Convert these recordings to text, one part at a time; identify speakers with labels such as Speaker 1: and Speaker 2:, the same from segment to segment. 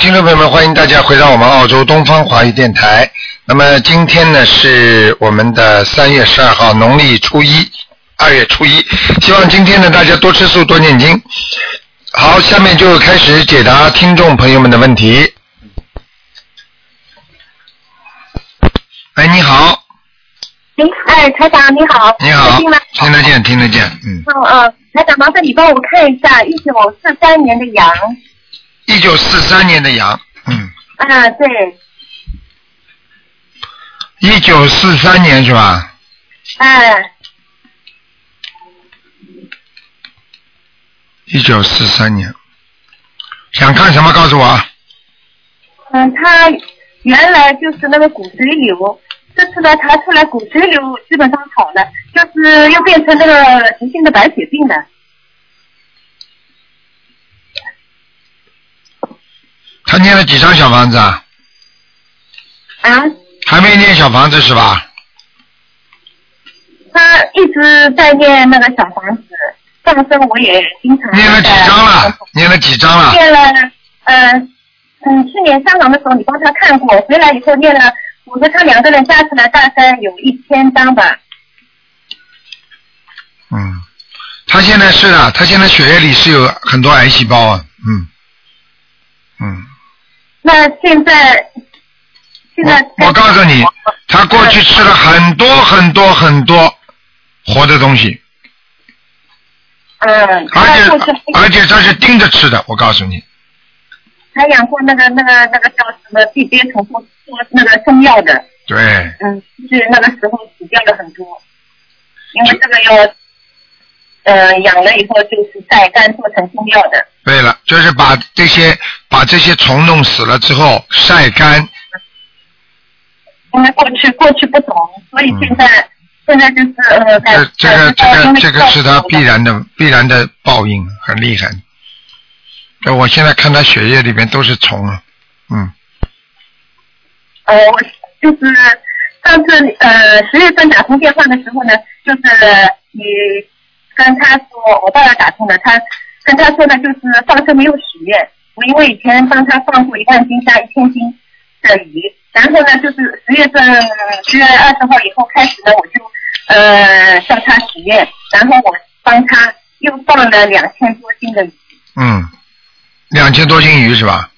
Speaker 1: 听众朋友们，欢迎大家回到我们澳洲东方华语电台。那么今天呢是我们的三月十二号，农历初一，二月初一。希望今天呢大家多吃素，多念经。好，下面就开始解答听众朋友们的问题。哎，你好，
Speaker 2: 哎哎，台长你好，
Speaker 1: 你好
Speaker 2: 听吗？，
Speaker 1: 听得见，听得见，嗯。
Speaker 2: 嗯嗯，台长，麻烦你帮我看一下一九四三年的羊。
Speaker 1: 一九四三年的羊，嗯，
Speaker 2: 啊，对，
Speaker 1: 一九四三年是吧？
Speaker 2: 哎、
Speaker 1: 一九四三年，想看什么告诉我啊。
Speaker 2: 嗯，他原来就是那个骨髓瘤，这次呢查出来骨髓瘤基本上好了，就是又变成那个急性的白血病了。
Speaker 1: 他念了几张小房子啊？
Speaker 2: 啊，
Speaker 1: 还没念小房子是吧？
Speaker 2: 他一直在念那个小房子，上身我也经常
Speaker 1: 念了几张了？念了几张了？
Speaker 2: 念了，呃，嗯，去年香港的时候你帮他看过，回来以后念了，我和他两个人加起来大概有一千张吧。
Speaker 1: 嗯，他现在是啊，他现在血液里是有很多癌细胞啊，嗯，嗯，
Speaker 2: 那现在，现在嗯
Speaker 1: 我我告诉你，他过去吃了很多很多很多活的东西，
Speaker 2: 嗯，
Speaker 1: 而
Speaker 2: 他过去
Speaker 1: 且而且他是盯着吃的，我告诉你，
Speaker 2: 还养过那个那个那个叫什么地鳖虫做做那个中药的，
Speaker 1: 对，
Speaker 2: 嗯，就是那个时候死掉了很多，因为这个要，呃，养了以后就是晒干做成中药的，
Speaker 1: 对了，就是把这些把这些虫弄死了之后晒干，
Speaker 2: 因为过去过去不懂，所以现在、现在就是呃，感
Speaker 1: 嗯这这个这
Speaker 2: 感觉到因
Speaker 1: 个
Speaker 2: 为
Speaker 1: 这个是他必
Speaker 2: 造
Speaker 1: 然的必然的报应，很厉害。那我现在看他血液里面都是虫啊，嗯，
Speaker 2: 成的，呃，我就是上次呃十月份打通电话的时候呢，就是你跟他说，我爸爸打通了，他跟他说的就是放生没有许愿，我因为以前帮他放过一万斤加一千斤的鱼，然后呢，就是十月份十月二十号以后开始呢，我就呃向他许愿，然后我帮他又放了两千多斤的鱼，
Speaker 1: 嗯，两千多斤鱼是吧？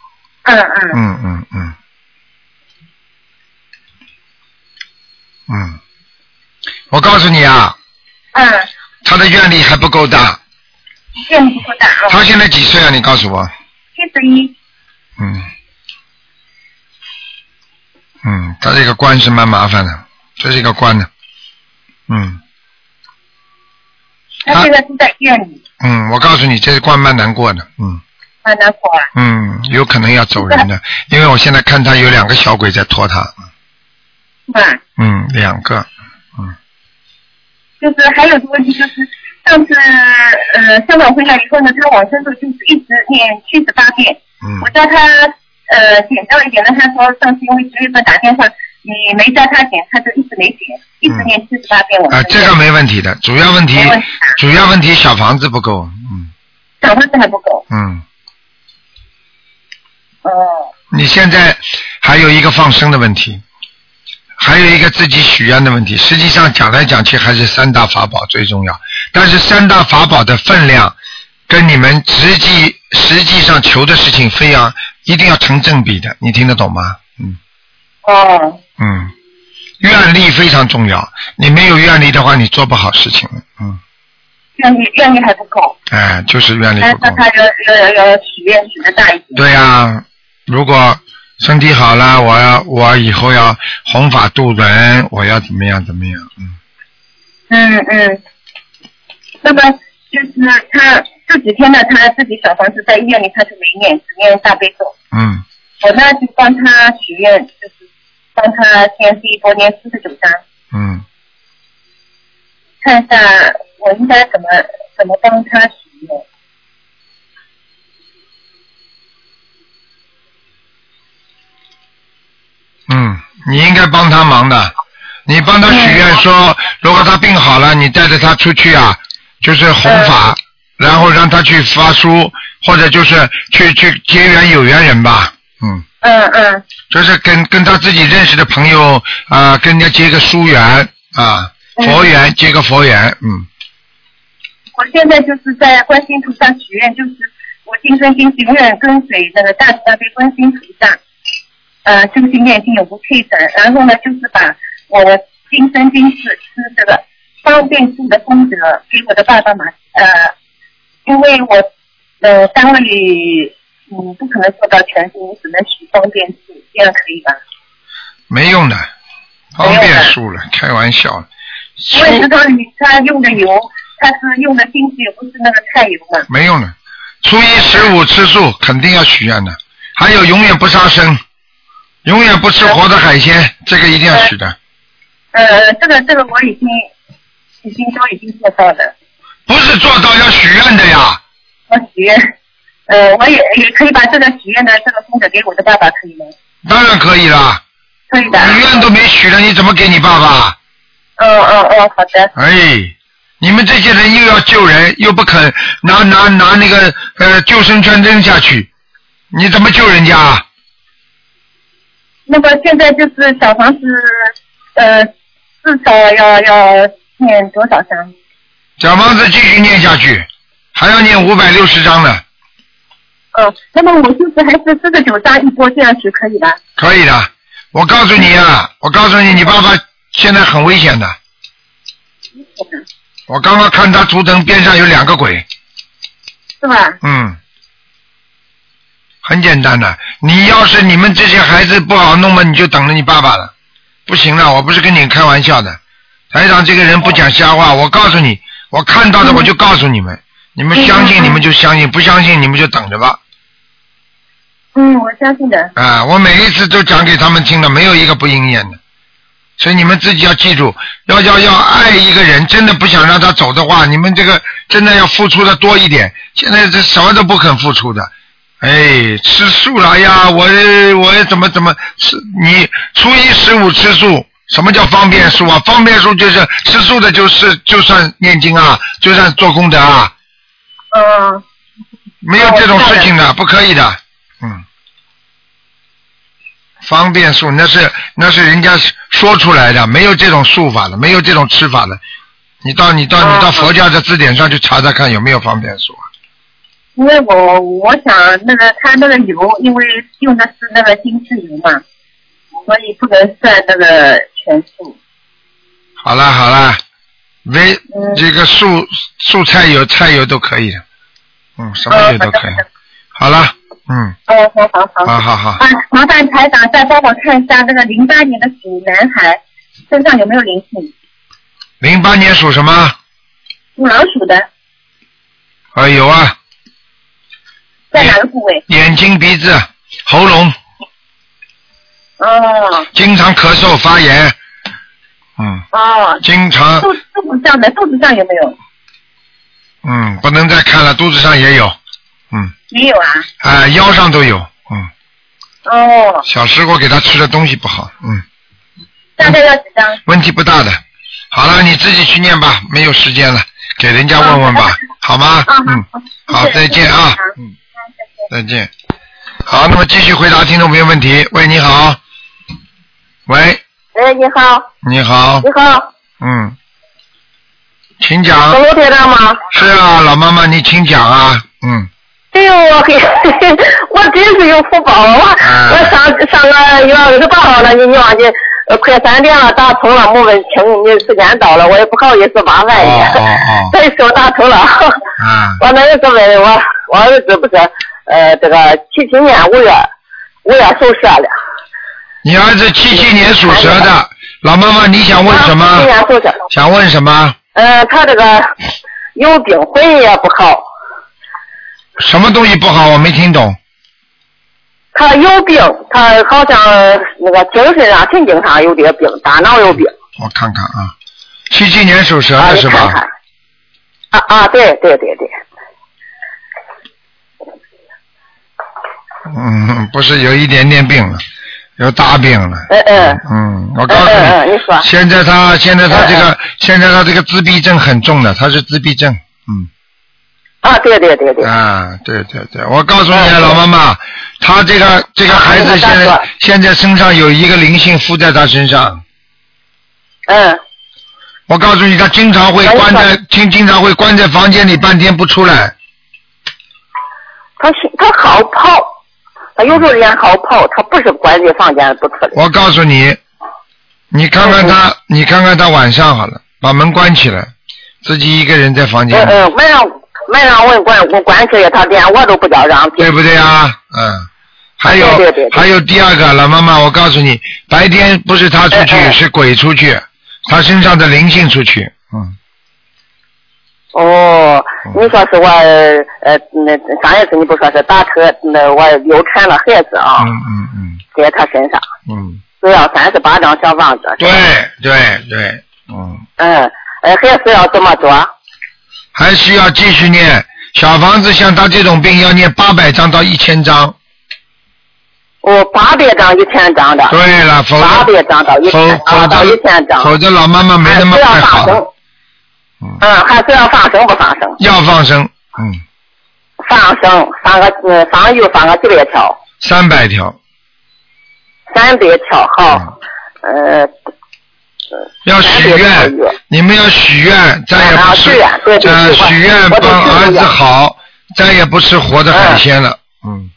Speaker 2: 嗯嗯，
Speaker 1: 嗯嗯嗯，嗯，我告诉你啊，
Speaker 2: 嗯，
Speaker 1: 他的愿力还不够大。
Speaker 2: 愿力不够大啊，
Speaker 1: 他现在几岁啊？你告诉我。
Speaker 2: 七十一，
Speaker 1: 嗯，嗯，他这个关是蛮麻烦的，这是一个关呢。嗯
Speaker 2: 他现在住在医院里，
Speaker 1: 嗯，我告诉你，这是关蛮难过的。嗯
Speaker 2: 很难过啊，
Speaker 1: 嗯，有可能要走人 的，因为我现在看他有两个小鬼在拖他。
Speaker 2: 是吧？
Speaker 1: 嗯，两个。
Speaker 2: 就是还有一个问题就是，上次呃香港回来以后呢，他往生咒就是一直念七十八遍，
Speaker 1: 嗯
Speaker 2: 我叫他呃减掉一点，但他说上次因为十月份打电话你没叫他减，他就一直没减，一直念七十八遍往
Speaker 1: 啊，
Speaker 2: 生咒。
Speaker 1: 这个没问题的，主要问题
Speaker 2: 没问题啊
Speaker 1: 主要问题小房子不够。嗯
Speaker 2: 小房子还不够，
Speaker 1: 嗯，
Speaker 2: 嗯，
Speaker 1: 你现在还有一个放生的问题。还有一个自己许愿的问题，实际上讲来讲去还是三大法宝最重要。但是三大法宝的分量跟你们实际实际上求的事情非常一定要成正比的，你听得懂吗？嗯
Speaker 2: 哦，
Speaker 1: 嗯，愿力非常重要，你没有愿力的话，你做不好事情的。嗯，
Speaker 2: 愿力愿力还不够，
Speaker 1: 哎，就是愿力
Speaker 2: 但
Speaker 1: 不
Speaker 2: 是
Speaker 1: 够。
Speaker 2: 他要要要要许愿许的大一点，
Speaker 1: 对呀、如果身体好了，我要我以后要弘法度人，我要怎么样怎么样？嗯，
Speaker 2: 嗯嗯。那么就是他这几天呢，他自己小房子在医院里他就没念，只念大悲咒。
Speaker 1: 嗯，
Speaker 2: 我呢就帮他许愿，就是帮他先第一波念四十九章，
Speaker 1: 嗯，
Speaker 2: 看一下我应该怎么怎么帮他许愿。
Speaker 1: 嗯，你应该帮他忙的。你帮他许愿说，如果他病好了，你带着他出去啊，就是弘法，然后让他去发书，或者就是去去结缘有缘人吧。嗯，
Speaker 2: 嗯嗯
Speaker 1: 就是跟跟他自己认识的朋友啊、跟人家结个疏缘啊，
Speaker 2: 嗯
Speaker 1: 佛缘、结个佛缘，嗯，
Speaker 2: 我现在就是在观世音菩萨许愿，就是我今生今世永远跟随那个大慈大悲观世音菩萨，呃，真心念经永不退转。然后呢，就是把我的今生今世是这个方便住的功德给我的爸爸妈呃，因为我呃单位里嗯不可能做到全部，我只能许方便住，这样可以吧？
Speaker 1: 没用的，方
Speaker 2: 没用
Speaker 1: 便
Speaker 2: 的
Speaker 1: 书了，开玩笑了，
Speaker 2: 因为食堂里他用的油，他是用的精子油，不是那个菜油嘛。
Speaker 1: 没用的，初一十五吃素肯定要许愿的，还有永远不杀生，永远不吃活的海鲜，这个一定要许的。
Speaker 2: 呃，这个这个我已经已经都已经做到了，
Speaker 1: 不是做到要许愿的呀，
Speaker 2: 我许愿，呃，我也也可以把这个许愿的这个功德给我的爸爸，可以吗？
Speaker 1: 当然可以啦。
Speaker 2: 可以的。
Speaker 1: 你愿都没许了，你怎么给你爸爸？
Speaker 2: 嗯嗯嗯，好的。
Speaker 1: 哎，你们这些人又要救人，又不肯拿拿拿那个呃救生圈扔下去，你怎么救人家啊？
Speaker 2: 那么现在就是小房子，呃，至少要要念多少章？
Speaker 1: 小房子继续念下去，还要念五百六十章呢，
Speaker 2: 嗯，那么我就是还是四十九章一波这样许可以吧？
Speaker 1: 可以的。我告诉你啊，我告诉你，你爸爸现在很危险的。我刚刚看他图腾边上有两个鬼，
Speaker 2: 是吧？
Speaker 1: 嗯，很简单的。你要是你们这些孩子不好弄嘛，你就等着你爸爸了。不行了，我不是跟你开玩笑的。台长这个人不讲瞎话，我告诉你，我看到的我就告诉你们，你们相信你们就相信，不相信你们就等着吧。
Speaker 2: 嗯，我相信的。
Speaker 1: 啊，我每一次都讲给他们听的，没有一个不应验的。所以你们自己要记住，要要要爱一个人，真的不想让他走的话，你们这个真的要付出的多一点。现在这什么都不肯付出的，哎，吃素了哎呀，我我怎么怎么吃？你初一十五吃素，什么叫方便素啊？方便素就是吃素的，就是就算念经啊，就算做功德啊，
Speaker 2: 嗯，
Speaker 1: 没有这种事情
Speaker 2: 哦
Speaker 1: 的，不可以的。嗯，方便素那是那是人家说出来的，没有这种素法的，没有这种吃法的。你到你到
Speaker 2: 哦
Speaker 1: 你到佛教的字典上去查查看有没有方便素啊？
Speaker 2: 因为我我想那个他那个油，因为用的是那个精制油嘛，所以不能算那个全数。
Speaker 1: 好啦好啦，没
Speaker 2: 嗯
Speaker 1: 这个素素菜油菜油都可以的，嗯，什么油都可以
Speaker 2: 哦好的。
Speaker 1: 好啦，嗯，
Speaker 2: 哦，好好好。
Speaker 1: 好好好，
Speaker 2: 啊，麻烦台长再帮我看一下那个零八年的属男孩身上有没有灵性？
Speaker 1: 零八年属什么？
Speaker 2: 属老鼠的，
Speaker 1: 啊，有啊，
Speaker 2: 在哪个部位？
Speaker 1: 眼睛、鼻子、喉咙。
Speaker 2: 哦
Speaker 1: 经常咳嗽发炎，嗯，
Speaker 2: 哦，
Speaker 1: 经常
Speaker 2: 肚肚子上的肚子上有没有？
Speaker 1: 嗯，不能再看了，肚子上也有，嗯，
Speaker 2: 也有啊。
Speaker 1: 啊、腰上都有，嗯，
Speaker 2: 哦，
Speaker 1: 小时候给他吃的东西不好，嗯，
Speaker 2: 大概要几张？
Speaker 1: 问题不大的。好了，你自己去念吧，没有时间了，给人家问问吧，好吗？
Speaker 2: 啊，
Speaker 1: 嗯，
Speaker 2: 好，
Speaker 1: 好，再见啊，嗯，再见。好，那么继续回答听众朋友问题。喂，你好，喂，
Speaker 2: 哎，你好，
Speaker 1: 你好，
Speaker 2: 你好，
Speaker 1: 嗯，请讲。
Speaker 2: 罗台长吗？
Speaker 1: 是啊，老妈妈，你请讲啊，嗯。
Speaker 2: 哎呦，我给， 我真是有福报，啊我、
Speaker 1: 嗯
Speaker 2: 我上上个月二十八号了，你你忘记，呃快三点了，打通了没问清，你时间到了，我也不好意思麻
Speaker 1: 哦
Speaker 2: 烦你，
Speaker 1: 哦
Speaker 2: 所以说打通了。
Speaker 1: 哦，啊，
Speaker 2: 我那儿子问我，我儿子不是呃这个七七年五月五月属蛇的，
Speaker 1: 你儿子七七年属蛇的，老妈妈，你想问什
Speaker 2: 啊
Speaker 1: 么
Speaker 2: 七七？年属蛇，
Speaker 1: 想问什么？
Speaker 2: 呃，他这个有病，魂也不好，
Speaker 1: 什么东西不好？我没听懂。
Speaker 2: 他有病，他好像那个精神啊、神经上有点病，大脑有病。
Speaker 1: 我看看啊，七七年属蛇
Speaker 2: 啊，
Speaker 1: 的
Speaker 2: 你
Speaker 1: 是
Speaker 2: 看看
Speaker 1: 吧？。
Speaker 2: 啊啊，对对对对，
Speaker 1: 嗯，不是，有一点点病了，有大病了。
Speaker 2: 嗯嗯
Speaker 1: 嗯，我告
Speaker 2: 嗯
Speaker 1: 诉
Speaker 2: 嗯
Speaker 1: 你，
Speaker 2: 嗯，你说，
Speaker 1: 现在
Speaker 2: 呃
Speaker 1: 他现在他这个现在他这个自闭症很重的，他是自闭症。嗯，
Speaker 2: 啊，对对对对，
Speaker 1: 啊，对对对，我告诉你啊，
Speaker 2: 嗯
Speaker 1: 老妈妈，他这个这个孩子
Speaker 2: 啊那个
Speaker 1: 现
Speaker 2: 大
Speaker 1: 在
Speaker 2: 哥
Speaker 1: 现在身上有一个灵性附在他身上，
Speaker 2: 嗯，
Speaker 1: 我告诉你，他经常会
Speaker 2: 哎
Speaker 1: 关在
Speaker 2: 我
Speaker 1: 经经常会关在房间里半天不出来，
Speaker 2: 他是他好泡，他有时候脸好泡，他不是关在房间不出来。
Speaker 1: 我告诉你，你看看
Speaker 2: 嗯
Speaker 1: 他，你看看他晚上好了，把门关起来，自己一个人在房
Speaker 2: 嗯
Speaker 1: 间里，
Speaker 2: 嗯，没让没让我管我管起来，他连我都不叫让进。
Speaker 1: 对不对啊？嗯。还有
Speaker 2: 对对对
Speaker 1: 还有第二个老妈妈，我告诉你，白天不是他出去，
Speaker 2: 嗯嗯
Speaker 1: 是鬼出去，他身上的灵性出去，嗯，
Speaker 2: 哦，你说是我呃那上一次你不说是打车那我又缠了孩子啊，
Speaker 1: 嗯嗯嗯
Speaker 2: 在他身上
Speaker 1: 嗯，
Speaker 2: 只要三十八张小房子。
Speaker 1: 对对对，嗯，
Speaker 2: 嗯，呃，还是要这么做。
Speaker 1: 还需要继续念小房子，像他这种病要念八百张到一千张。
Speaker 2: 我哦八百张一千张的，
Speaker 1: 对了，否则
Speaker 2: 八百张到一
Speaker 1: 否
Speaker 2: 千
Speaker 1: 否
Speaker 2: 啊到一千
Speaker 1: 则
Speaker 2: 张，
Speaker 1: 否则老妈妈没
Speaker 2: 还
Speaker 1: 那么
Speaker 2: 哎是要
Speaker 1: 快
Speaker 2: 放
Speaker 1: 好了。
Speaker 2: 生。
Speaker 1: 嗯
Speaker 2: 嗯，还是要放生不放生？
Speaker 1: 要放生，嗯，
Speaker 2: 放生放个嗯放鱼放个几百条，
Speaker 1: 三百条，
Speaker 2: 三百条好。呃，
Speaker 1: 要嗯许
Speaker 2: 300
Speaker 1: 愿
Speaker 2: 条鱼，
Speaker 1: 你们要许愿，再也不
Speaker 2: 啊啊
Speaker 1: 吃
Speaker 2: 许愿，对对
Speaker 1: 呃，
Speaker 2: 对
Speaker 1: 许愿
Speaker 2: 我
Speaker 1: 帮
Speaker 2: 我就哎
Speaker 1: 儿
Speaker 2: 是这
Speaker 1: 子
Speaker 2: 样
Speaker 1: 好，再也不吃活的海鲜了，嗯，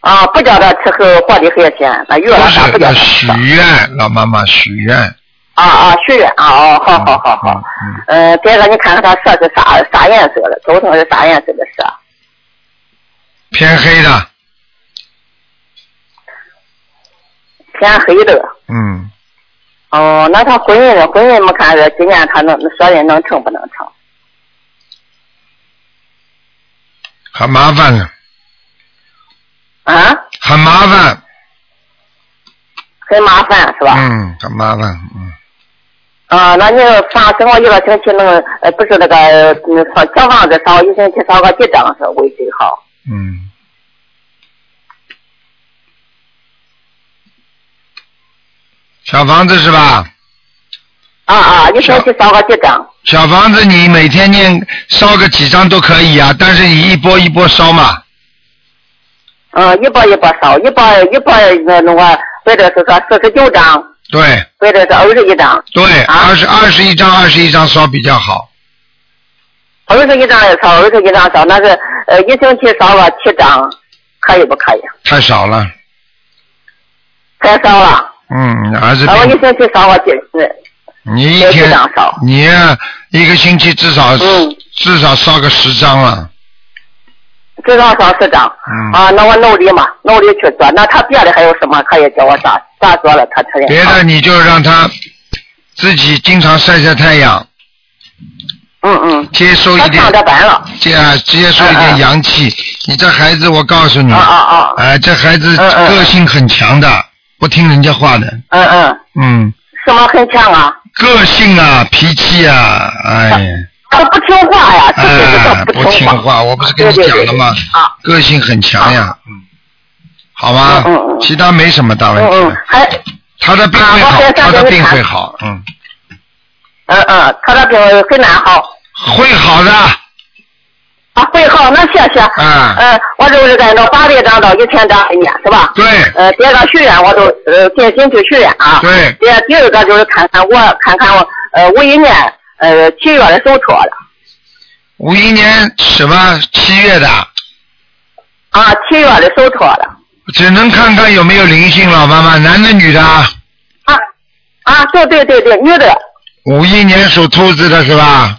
Speaker 2: 啊，不叫他吃喝活的海鲜，那鱼
Speaker 1: 不
Speaker 2: 了啥
Speaker 1: 是
Speaker 2: 不叫
Speaker 1: 要
Speaker 2: 他吃
Speaker 1: 许。愿，老妈妈许愿，
Speaker 2: 啊啊，许愿啊哦，好好好好。
Speaker 1: 嗯，
Speaker 2: 嗯，再说你看看他色是啥啥颜色的，头疼是啥颜色的色？
Speaker 1: 偏黑的，
Speaker 2: 偏黑的。
Speaker 1: 嗯，
Speaker 2: 哦，那他婚姻呢？婚姻没看着，今年他能说人能成不能成？
Speaker 1: 很麻烦的，
Speaker 2: 啊，
Speaker 1: 很麻烦，
Speaker 2: 很麻烦是吧？
Speaker 1: 嗯，很麻烦，嗯，
Speaker 2: 啊，那你放生我一个星期能，呃，不是那个，嗯，放小房子烧一星期烧个几张是为最好？
Speaker 1: 嗯，小房子是吧？
Speaker 2: 啊啊，一星期烧个几张？
Speaker 1: 小房子你每天念烧个几张都可以啊，但是你一波一波烧嘛。
Speaker 2: 嗯，一波一波烧，一波一波那那个，或者是说四十九张，
Speaker 1: 对
Speaker 2: 或者是二十一张，
Speaker 1: 对，
Speaker 2: 啊
Speaker 1: 二十二十一张二十一张烧比较好。
Speaker 2: 二十一张也烧，二十一张烧，那是呃一星期烧个七张，可以不可以？
Speaker 1: 太少了，
Speaker 2: 太少了，
Speaker 1: 嗯，儿子
Speaker 2: 那啊我一
Speaker 1: 病，
Speaker 2: 星期烧个几？嗯
Speaker 1: 你一
Speaker 2: 也
Speaker 1: 天
Speaker 2: 是长烧
Speaker 1: 你一个星期至少、
Speaker 2: 嗯
Speaker 1: 至少烧个十张了，
Speaker 2: 至少上十张。
Speaker 1: 嗯
Speaker 2: 啊，那我努力嘛，努力去做。那他别的还有什么可以叫我咋咋做了？他啊承认。
Speaker 1: 别的你就让他自己经常晒晒太阳，
Speaker 2: 嗯嗯。
Speaker 1: 接收
Speaker 2: 他
Speaker 1: 一点
Speaker 2: 上着班了。
Speaker 1: 接啊接收一点
Speaker 2: 嗯嗯
Speaker 1: 阳气。你这孩子，我告诉你，
Speaker 2: 啊
Speaker 1: 哎、
Speaker 2: 啊啊！
Speaker 1: 这孩子
Speaker 2: 嗯嗯
Speaker 1: 个性很强的，不听人家话的，
Speaker 2: 嗯嗯，
Speaker 1: 嗯。
Speaker 2: 什么很强啊？
Speaker 1: 个性啊，脾气啊，哎 呀，
Speaker 2: 他不听话呀，就是
Speaker 1: 哎，
Speaker 2: 这个
Speaker 1: 不听
Speaker 2: 话。
Speaker 1: 话，我不是跟你
Speaker 2: 对对
Speaker 1: 讲了吗？
Speaker 2: 对对啊。
Speaker 1: 个性很强呀，嗯，好吧
Speaker 2: 嗯嗯，嗯
Speaker 1: 其他没什么大
Speaker 2: 嗯
Speaker 1: 问题
Speaker 2: 嗯
Speaker 1: 的，，
Speaker 2: 还
Speaker 1: 他的病会
Speaker 2: 啊我
Speaker 1: 好，
Speaker 2: 先
Speaker 1: 他
Speaker 2: 上
Speaker 1: 的
Speaker 2: 给你
Speaker 1: 病
Speaker 2: 看
Speaker 1: 会好，嗯，
Speaker 2: 嗯嗯，他那病很难好。
Speaker 1: 会好的，
Speaker 2: 啊，会好，那谢谢。
Speaker 1: 啊，
Speaker 2: 嗯，我就是按照八百张到一千张一年，是吧？
Speaker 1: 对
Speaker 2: 呃，第二个许愿我都呃进进去许愿啊。
Speaker 1: 对
Speaker 2: 第二第二个就是看看我看看我呃五一年呃七月的手托了
Speaker 1: 五一年什么七月的，
Speaker 2: 啊，七月的手托了
Speaker 1: 只能看看有没有灵性了，妈妈，男的女的啊？
Speaker 2: 啊啊，对对对对，女的
Speaker 1: 五一年属兔子的是吧？
Speaker 2: 啊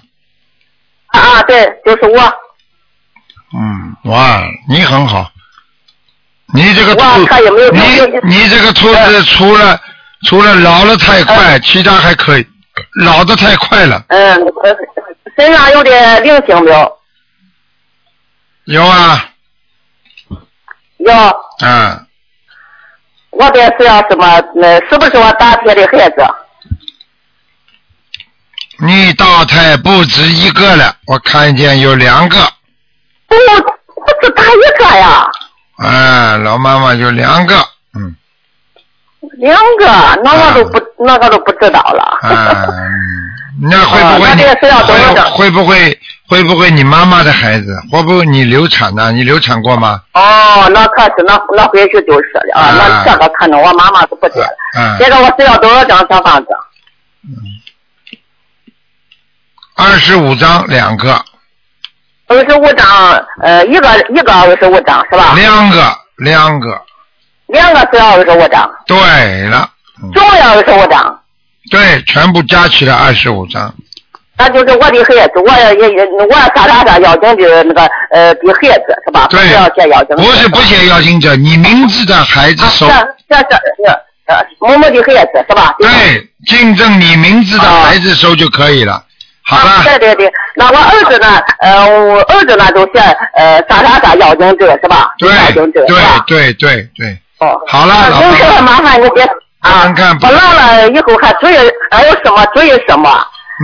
Speaker 2: 啊对，就是我
Speaker 1: 嗯，哇，你很好，你这个兔
Speaker 2: 我可以没有嗯没有
Speaker 1: 你你这个兔子除了、除了老了太快，其他还可以，老的太快了。
Speaker 2: 嗯呃身上有点灵性没有？
Speaker 1: 有啊，
Speaker 2: 有，
Speaker 1: 啊，
Speaker 2: 我这是要什么？呃，是不是我打铁的孩子？
Speaker 1: 你倒胎不止一个了，我看见有两个，
Speaker 2: 哎不，我只打一个呀。
Speaker 1: 啊，老妈妈有两个，嗯，
Speaker 2: 两个，那我都不、那个都不知道了。
Speaker 1: 啊，那会不会
Speaker 2: 啊那
Speaker 1: 你、
Speaker 2: 这个是要多少张
Speaker 1: 会会不会会不会你妈妈的孩子？会不会你流产呢、你流产过吗？
Speaker 2: 哦，那可是那那回去就是了啊，
Speaker 1: 啊
Speaker 2: 那这个可能我妈妈是不得了。
Speaker 1: 啊
Speaker 2: 这，个我需要多少张小房子？
Speaker 1: 二十五张两个，
Speaker 2: 二十五张，呃，一个一个二十五张是吧？
Speaker 1: 两个两个。
Speaker 2: 两个是二十五张，
Speaker 1: 对了，嗯
Speaker 2: 总共二十五张。
Speaker 1: 对，全部加起来二十五张。
Speaker 2: 那就是我的孩子，我也也我咱俩的邀请的那个呃的孩子是吧？
Speaker 1: 对
Speaker 2: 不是要写邀请。
Speaker 1: 不是不写邀请者，你名字的孩子
Speaker 2: 啊，
Speaker 1: 手、
Speaker 2: 这这这是呃某某的孩子是吧？
Speaker 1: 对，竞争你名字的孩子收就可以了，好吧
Speaker 2: 啊？对对对，那我儿子呢？呃，我儿子呢就是呃啥啥啥妖精者是吧？
Speaker 1: 对
Speaker 2: 妖精者啊
Speaker 1: 对
Speaker 2: 是吧？
Speaker 1: 对对对，
Speaker 2: 哦，
Speaker 1: 好了，老
Speaker 2: 有
Speaker 1: 婆
Speaker 2: 什么麻烦你别啊
Speaker 1: 看看，
Speaker 2: 我老了以后还注意还有什么注意什么？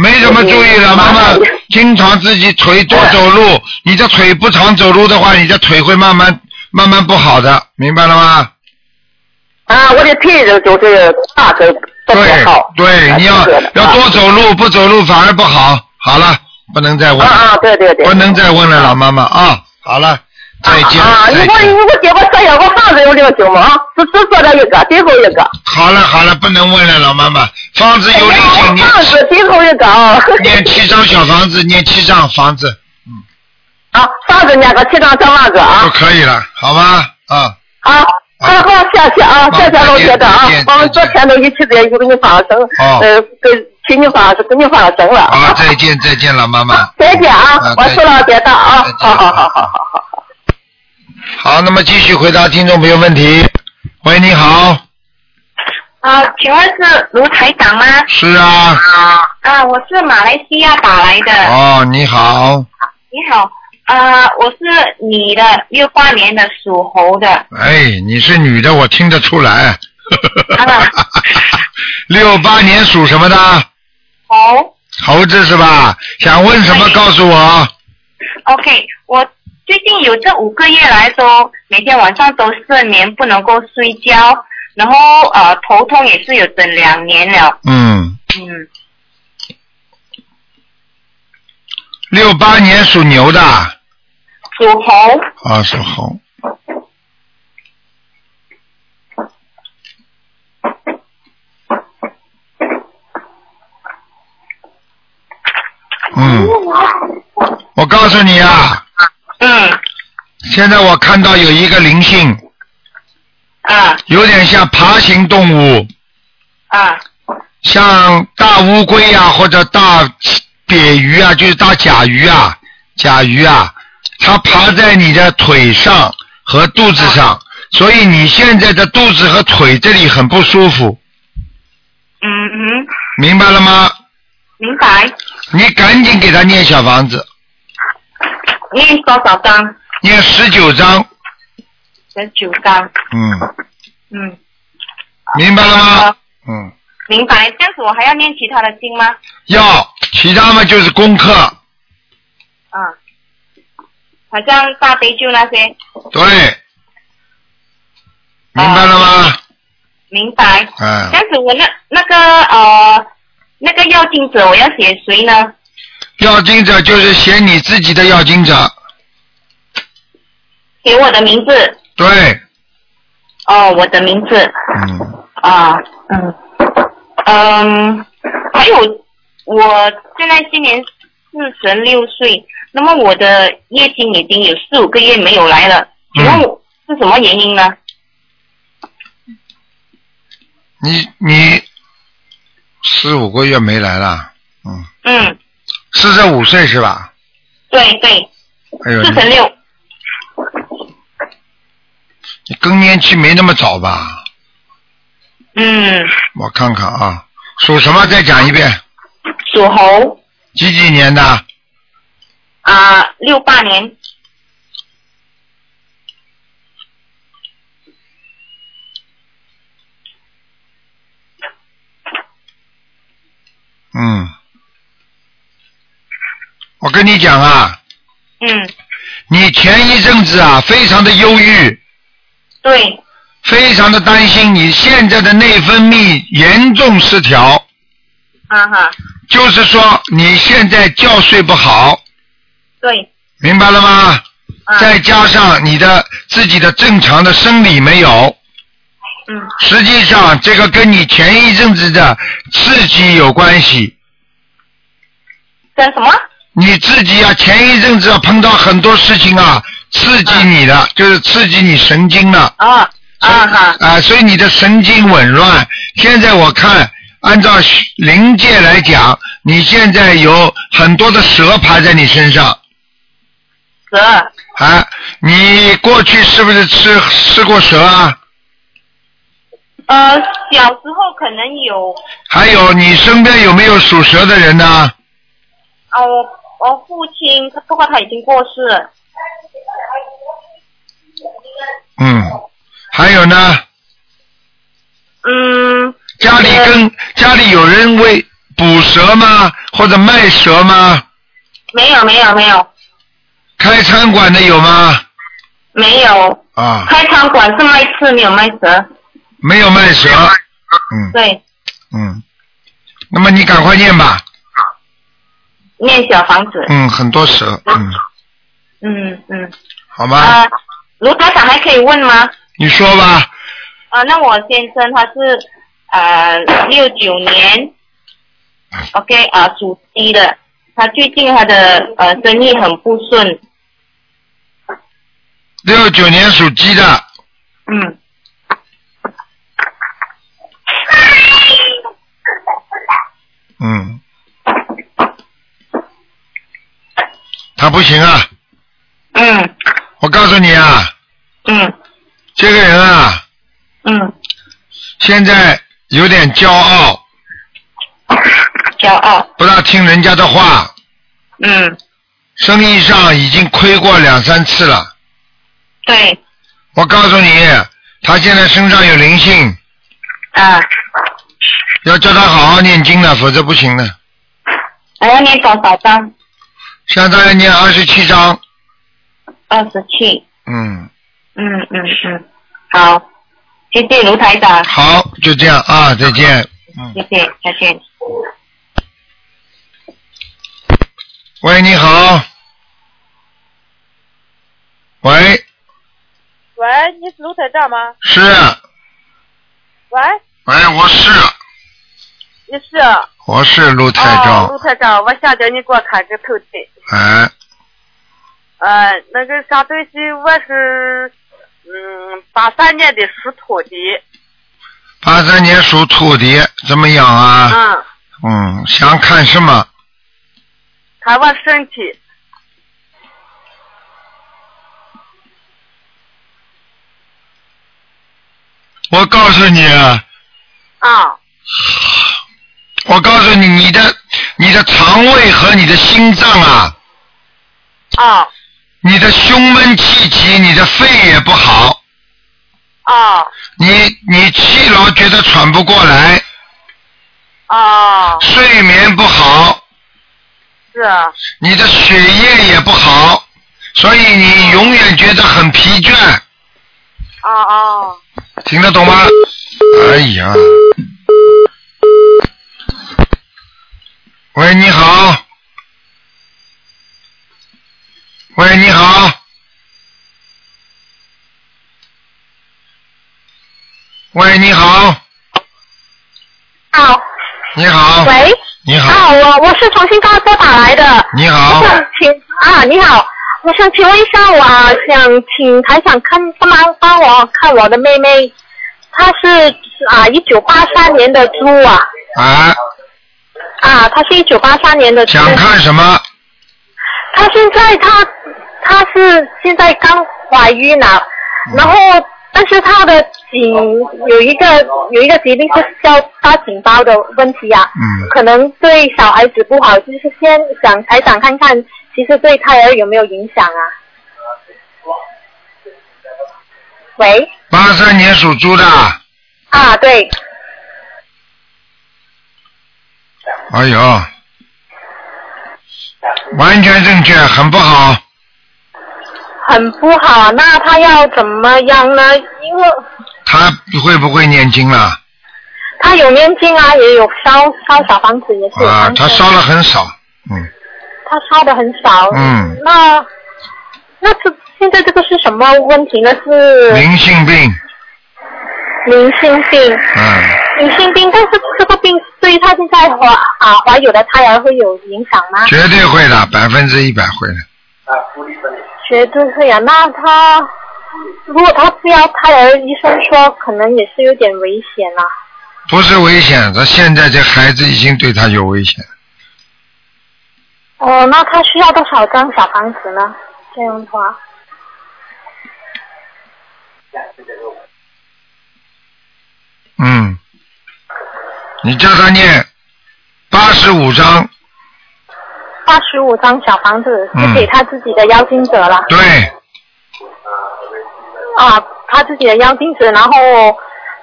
Speaker 1: 没什么注意了，
Speaker 2: 嗯
Speaker 1: 妈妈
Speaker 2: 麻烦
Speaker 1: 经常自己腿多走路，你这腿不常走路的话，你的腿会慢慢慢慢不好的，明白了吗？
Speaker 2: 啊，我的腿子就是大腿不太
Speaker 1: 对
Speaker 2: 好。
Speaker 1: 对，你要
Speaker 2: 啊
Speaker 1: 要多走路，不走路反而不好。好了，不能再
Speaker 2: 啊
Speaker 1: 问，
Speaker 2: 啊，对对对。
Speaker 1: 不能再问了，老妈妈啊，好了，再见
Speaker 2: 啊，啊你
Speaker 1: 再
Speaker 2: 给我
Speaker 1: 见。
Speaker 2: 你给我结果这样，我房子有灵性吗？啊，只只说这一个，最后一个。
Speaker 1: 好了好了，不能问了，老妈妈，房子有灵
Speaker 2: 哎
Speaker 1: 性，你
Speaker 2: 房子最后一个啊。
Speaker 1: 念七张小房子，念七张房子
Speaker 2: 啊，房子那个七张小房子
Speaker 1: 就
Speaker 2: 啊
Speaker 1: 可以了，好吧？啊，
Speaker 2: 啊。好好，谢谢啊，谢谢老姐的啊
Speaker 1: 再见再见，
Speaker 2: 我们昨天都一起在又给你放生，
Speaker 1: 哦
Speaker 2: 呃，给给你放给你放生了。
Speaker 1: 好了，再见再见，老妈妈。
Speaker 2: 再见
Speaker 1: 啊
Speaker 2: 啊，我
Speaker 1: 再见
Speaker 2: 是老姐的啊
Speaker 1: 再见，
Speaker 2: 好好好好好好。
Speaker 1: 好，那么继续回答听众朋友问题。喂，你好，
Speaker 3: 啊，请问是卢台长吗？
Speaker 1: 是啊，
Speaker 3: 啊，我是马来西亚打来
Speaker 2: 哎
Speaker 3: 的。
Speaker 1: 哦，你好，
Speaker 3: 你好，啊，我是你的六八年的属猴的。
Speaker 1: 哎，你是女的，我听得出来
Speaker 3: 啊。
Speaker 1: 六八年属什么的？
Speaker 3: 猴
Speaker 1: 猴子是吧？想问什么
Speaker 3: 对
Speaker 1: 告诉我。
Speaker 3: ，OK，我最近有这五个月来都每天晚上都失眠，不能够睡觉，然后呃头痛也是有整两年了。
Speaker 1: 嗯，
Speaker 3: 嗯，
Speaker 1: 六八年属牛的，啊，
Speaker 3: 属猴，
Speaker 1: 属猴。嗯，我告诉你啊，
Speaker 3: 嗯
Speaker 1: 现在我看到有一个灵性，
Speaker 3: 啊
Speaker 1: 有点像爬行动物，
Speaker 3: 啊
Speaker 1: 像大乌龟啊，或者大鳖鱼啊，就是大甲鱼啊，甲鱼啊，它爬在你的腿上和肚子上，所以你现在的肚子和腿这里很不舒服，
Speaker 3: 嗯嗯，
Speaker 1: 明白了吗？
Speaker 3: 明白。
Speaker 1: 你赶紧给它念小房子，
Speaker 3: 念多少张？
Speaker 1: 念十九章，
Speaker 3: 十九张。
Speaker 1: 嗯，
Speaker 3: 嗯，
Speaker 1: 明白了吗
Speaker 3: 啊？
Speaker 1: 嗯，
Speaker 3: 明白。这样子我还要念其他的经吗？
Speaker 1: 要其他嘛就是功课，
Speaker 3: 啊，好像大悲咒那些，
Speaker 1: 对，明白了吗？
Speaker 3: 明白。
Speaker 1: 嗯。
Speaker 3: 但是我那那个呃那个要经者，我要写谁呢？
Speaker 1: 要经者就是写你自己的要经者，
Speaker 3: 写我的名字
Speaker 1: 对，
Speaker 3: 哦，我的名字
Speaker 1: 嗯，
Speaker 3: 啊，嗯嗯，还有我现在今年四十六岁，那么我的月经已经有四五个月没有来了，请问我是什么原因呢？
Speaker 1: 你你四五个月没来了，嗯，
Speaker 3: 嗯，
Speaker 1: 四十五岁是吧？
Speaker 3: 对对，
Speaker 1: 哎 呦，
Speaker 3: 四十
Speaker 1: 你
Speaker 3: 六，
Speaker 1: 你更年期没那么早吧？
Speaker 3: 嗯，
Speaker 1: 我看看啊，属什么？再讲一遍，
Speaker 3: 属猴。
Speaker 1: 几几年的？
Speaker 3: 啊，六八年，
Speaker 1: 嗯，我跟你讲啊，
Speaker 3: 嗯，
Speaker 1: 你前一阵子啊，非常的忧郁，
Speaker 3: 对，
Speaker 1: 非常的担心，你现在的内分泌严重失调。
Speaker 3: 啊哈，
Speaker 1: 就是说你现在觉睡不好，
Speaker 3: 对，
Speaker 1: 明白了吗？
Speaker 3: 啊，
Speaker 1: 再加上你的自己的正常的生理没有，
Speaker 3: 嗯，
Speaker 1: 实际上这个跟你前一阵子的刺激有关系。
Speaker 3: 跟什么？
Speaker 1: 你自己啊，前一阵子啊碰到很多事情啊，刺激你的，就是刺激你神经了。
Speaker 3: 啊啊哈，
Speaker 1: 啊，所以你的神经紊乱。现在我看，按照灵界来讲，你现在有很多的蛇爬在你身上
Speaker 3: 蛇，
Speaker 1: 啊。你过去是不是吃吃过蛇啊？
Speaker 3: 呃，小时候可能有，
Speaker 1: 还有你身边有没有属蛇的人呢、
Speaker 3: 啊，我我父亲，他不过他已经过世了，
Speaker 1: 嗯，还有呢，
Speaker 3: 嗯，
Speaker 1: 家里跟家里有人为捕蛇吗？或者卖蛇吗？
Speaker 3: 没有没有没有
Speaker 1: 开餐馆的有吗？
Speaker 3: 没有，
Speaker 1: 啊，
Speaker 3: 开餐馆是卖吃，没有卖蛇，
Speaker 1: 没有卖蛇。嗯
Speaker 3: 对，
Speaker 1: 嗯，那么你赶快念吧。
Speaker 3: 念小房子，
Speaker 1: 嗯，很多蛇，嗯，
Speaker 3: 嗯嗯，
Speaker 1: 好吗？
Speaker 3: 啊，卢台长还可以问吗？
Speaker 1: 你说吧，
Speaker 3: 啊，那我先生他是呃六九年，OK 啊、属鸡的，他最近他的呃生意很不顺，
Speaker 1: 六九年属鸡的，
Speaker 3: 嗯，
Speaker 1: 嗯，他不行啊！
Speaker 3: 嗯
Speaker 1: 我告诉你啊，
Speaker 3: 嗯
Speaker 1: 这个人啊，
Speaker 3: 嗯，
Speaker 1: 现在有点骄傲，
Speaker 3: 骄傲，
Speaker 1: 不大听人家的话，
Speaker 3: 嗯，
Speaker 1: 生意上已经亏过两三次了。
Speaker 3: 对，
Speaker 1: 我告诉你，他现在身上有灵性，
Speaker 3: 啊，
Speaker 1: 要叫他好好念经的，否则不行的。
Speaker 3: 我要念多少章？
Speaker 1: 现在要念二十七章，
Speaker 3: 二十七，
Speaker 1: 嗯，
Speaker 3: 嗯嗯嗯，好，谢谢卢台长，
Speaker 1: 好，就这样啊，再见。嗯。
Speaker 3: 谢谢，再见。
Speaker 1: 喂，你好。喂，
Speaker 4: 喂，你是卢台长吗？
Speaker 1: 是，
Speaker 4: 喂，
Speaker 1: 喂，我是，
Speaker 4: 你是？哦，
Speaker 1: 我是陆太照，
Speaker 4: 卢台长，我想叫你给我看个头疼。
Speaker 1: 哎，
Speaker 4: 呃，那个啥东西，我是嗯八三年的属兔的，
Speaker 1: 八三年属兔的，怎么样啊？
Speaker 4: 嗯，
Speaker 1: 嗯，想看什么？
Speaker 4: 看我身体，
Speaker 1: 我告诉你，啊，
Speaker 4: 啊、
Speaker 1: 我告诉你，你的你的肠胃和你的心脏啊，
Speaker 4: 啊
Speaker 1: 你的胸闷气急，你的肺也不好，
Speaker 4: 啊
Speaker 1: 你你气劳觉得喘不过来，
Speaker 4: 啊，
Speaker 1: 睡眠不好，
Speaker 4: 是，啊
Speaker 1: 你的血液也不好，所以你永远觉得很疲倦，
Speaker 4: 啊啊，
Speaker 1: 听得懂吗？哎呀，喂，你好，喂，你好，喂，你好，
Speaker 5: 好，
Speaker 1: 你好，
Speaker 5: 喂，
Speaker 1: 你好，
Speaker 5: 啊，我我是从新加坡打来的，
Speaker 1: 你好
Speaker 5: 我，想请啊，你好，我想请问一下，我啊想请台长看帮忙帮我看我的妹妹，她是啊一九八三年的猪啊
Speaker 1: 啊，
Speaker 5: 啊，她是一九八三年的猪，
Speaker 1: 想看什么？
Speaker 5: 她现在她她是现在刚怀孕了，
Speaker 1: 嗯
Speaker 5: 然后但是她的颈有一个有一个疾病是叫大颈包的问题啊，
Speaker 1: 嗯，
Speaker 5: 可能对小孩子不好，就是先想才想看看，其实对胎儿有没有影响啊？喂，
Speaker 1: 八三年属猪的，
Speaker 5: 啊，对，
Speaker 1: 哎呦，完全正确，很不好。
Speaker 5: 很不好，那他要怎么样呢？因为
Speaker 1: 他会不会念经了？
Speaker 5: 他有念经啊，也有烧烧小房子，也是有
Speaker 1: 啊，
Speaker 5: 帮助
Speaker 1: 他烧了很少，嗯
Speaker 5: 他烧的很少。
Speaker 1: 嗯，
Speaker 5: 那那这现在这个是什么问题呢？是
Speaker 1: 灵性病，
Speaker 5: 灵性病，
Speaker 1: 嗯，
Speaker 5: 灵性病，但是这个病对于他现在怀啊怀有的胎儿会有影响吗？
Speaker 1: 绝对会的，百分之一百会的。
Speaker 5: 绝对会啊。那他如果他不要胎儿，医生说可能也是有点危险啊。
Speaker 1: 不是危险，他现在这孩子已经对他有危险了。
Speaker 5: 哦，那他需要多少张小房子呢？这样的话，
Speaker 1: 嗯，你叫他念八十五章，
Speaker 5: 八十五张小房子
Speaker 1: 嗯
Speaker 5: 是给他自己的邀请者了。
Speaker 1: 对，
Speaker 5: 啊，他自己的妖精子，然后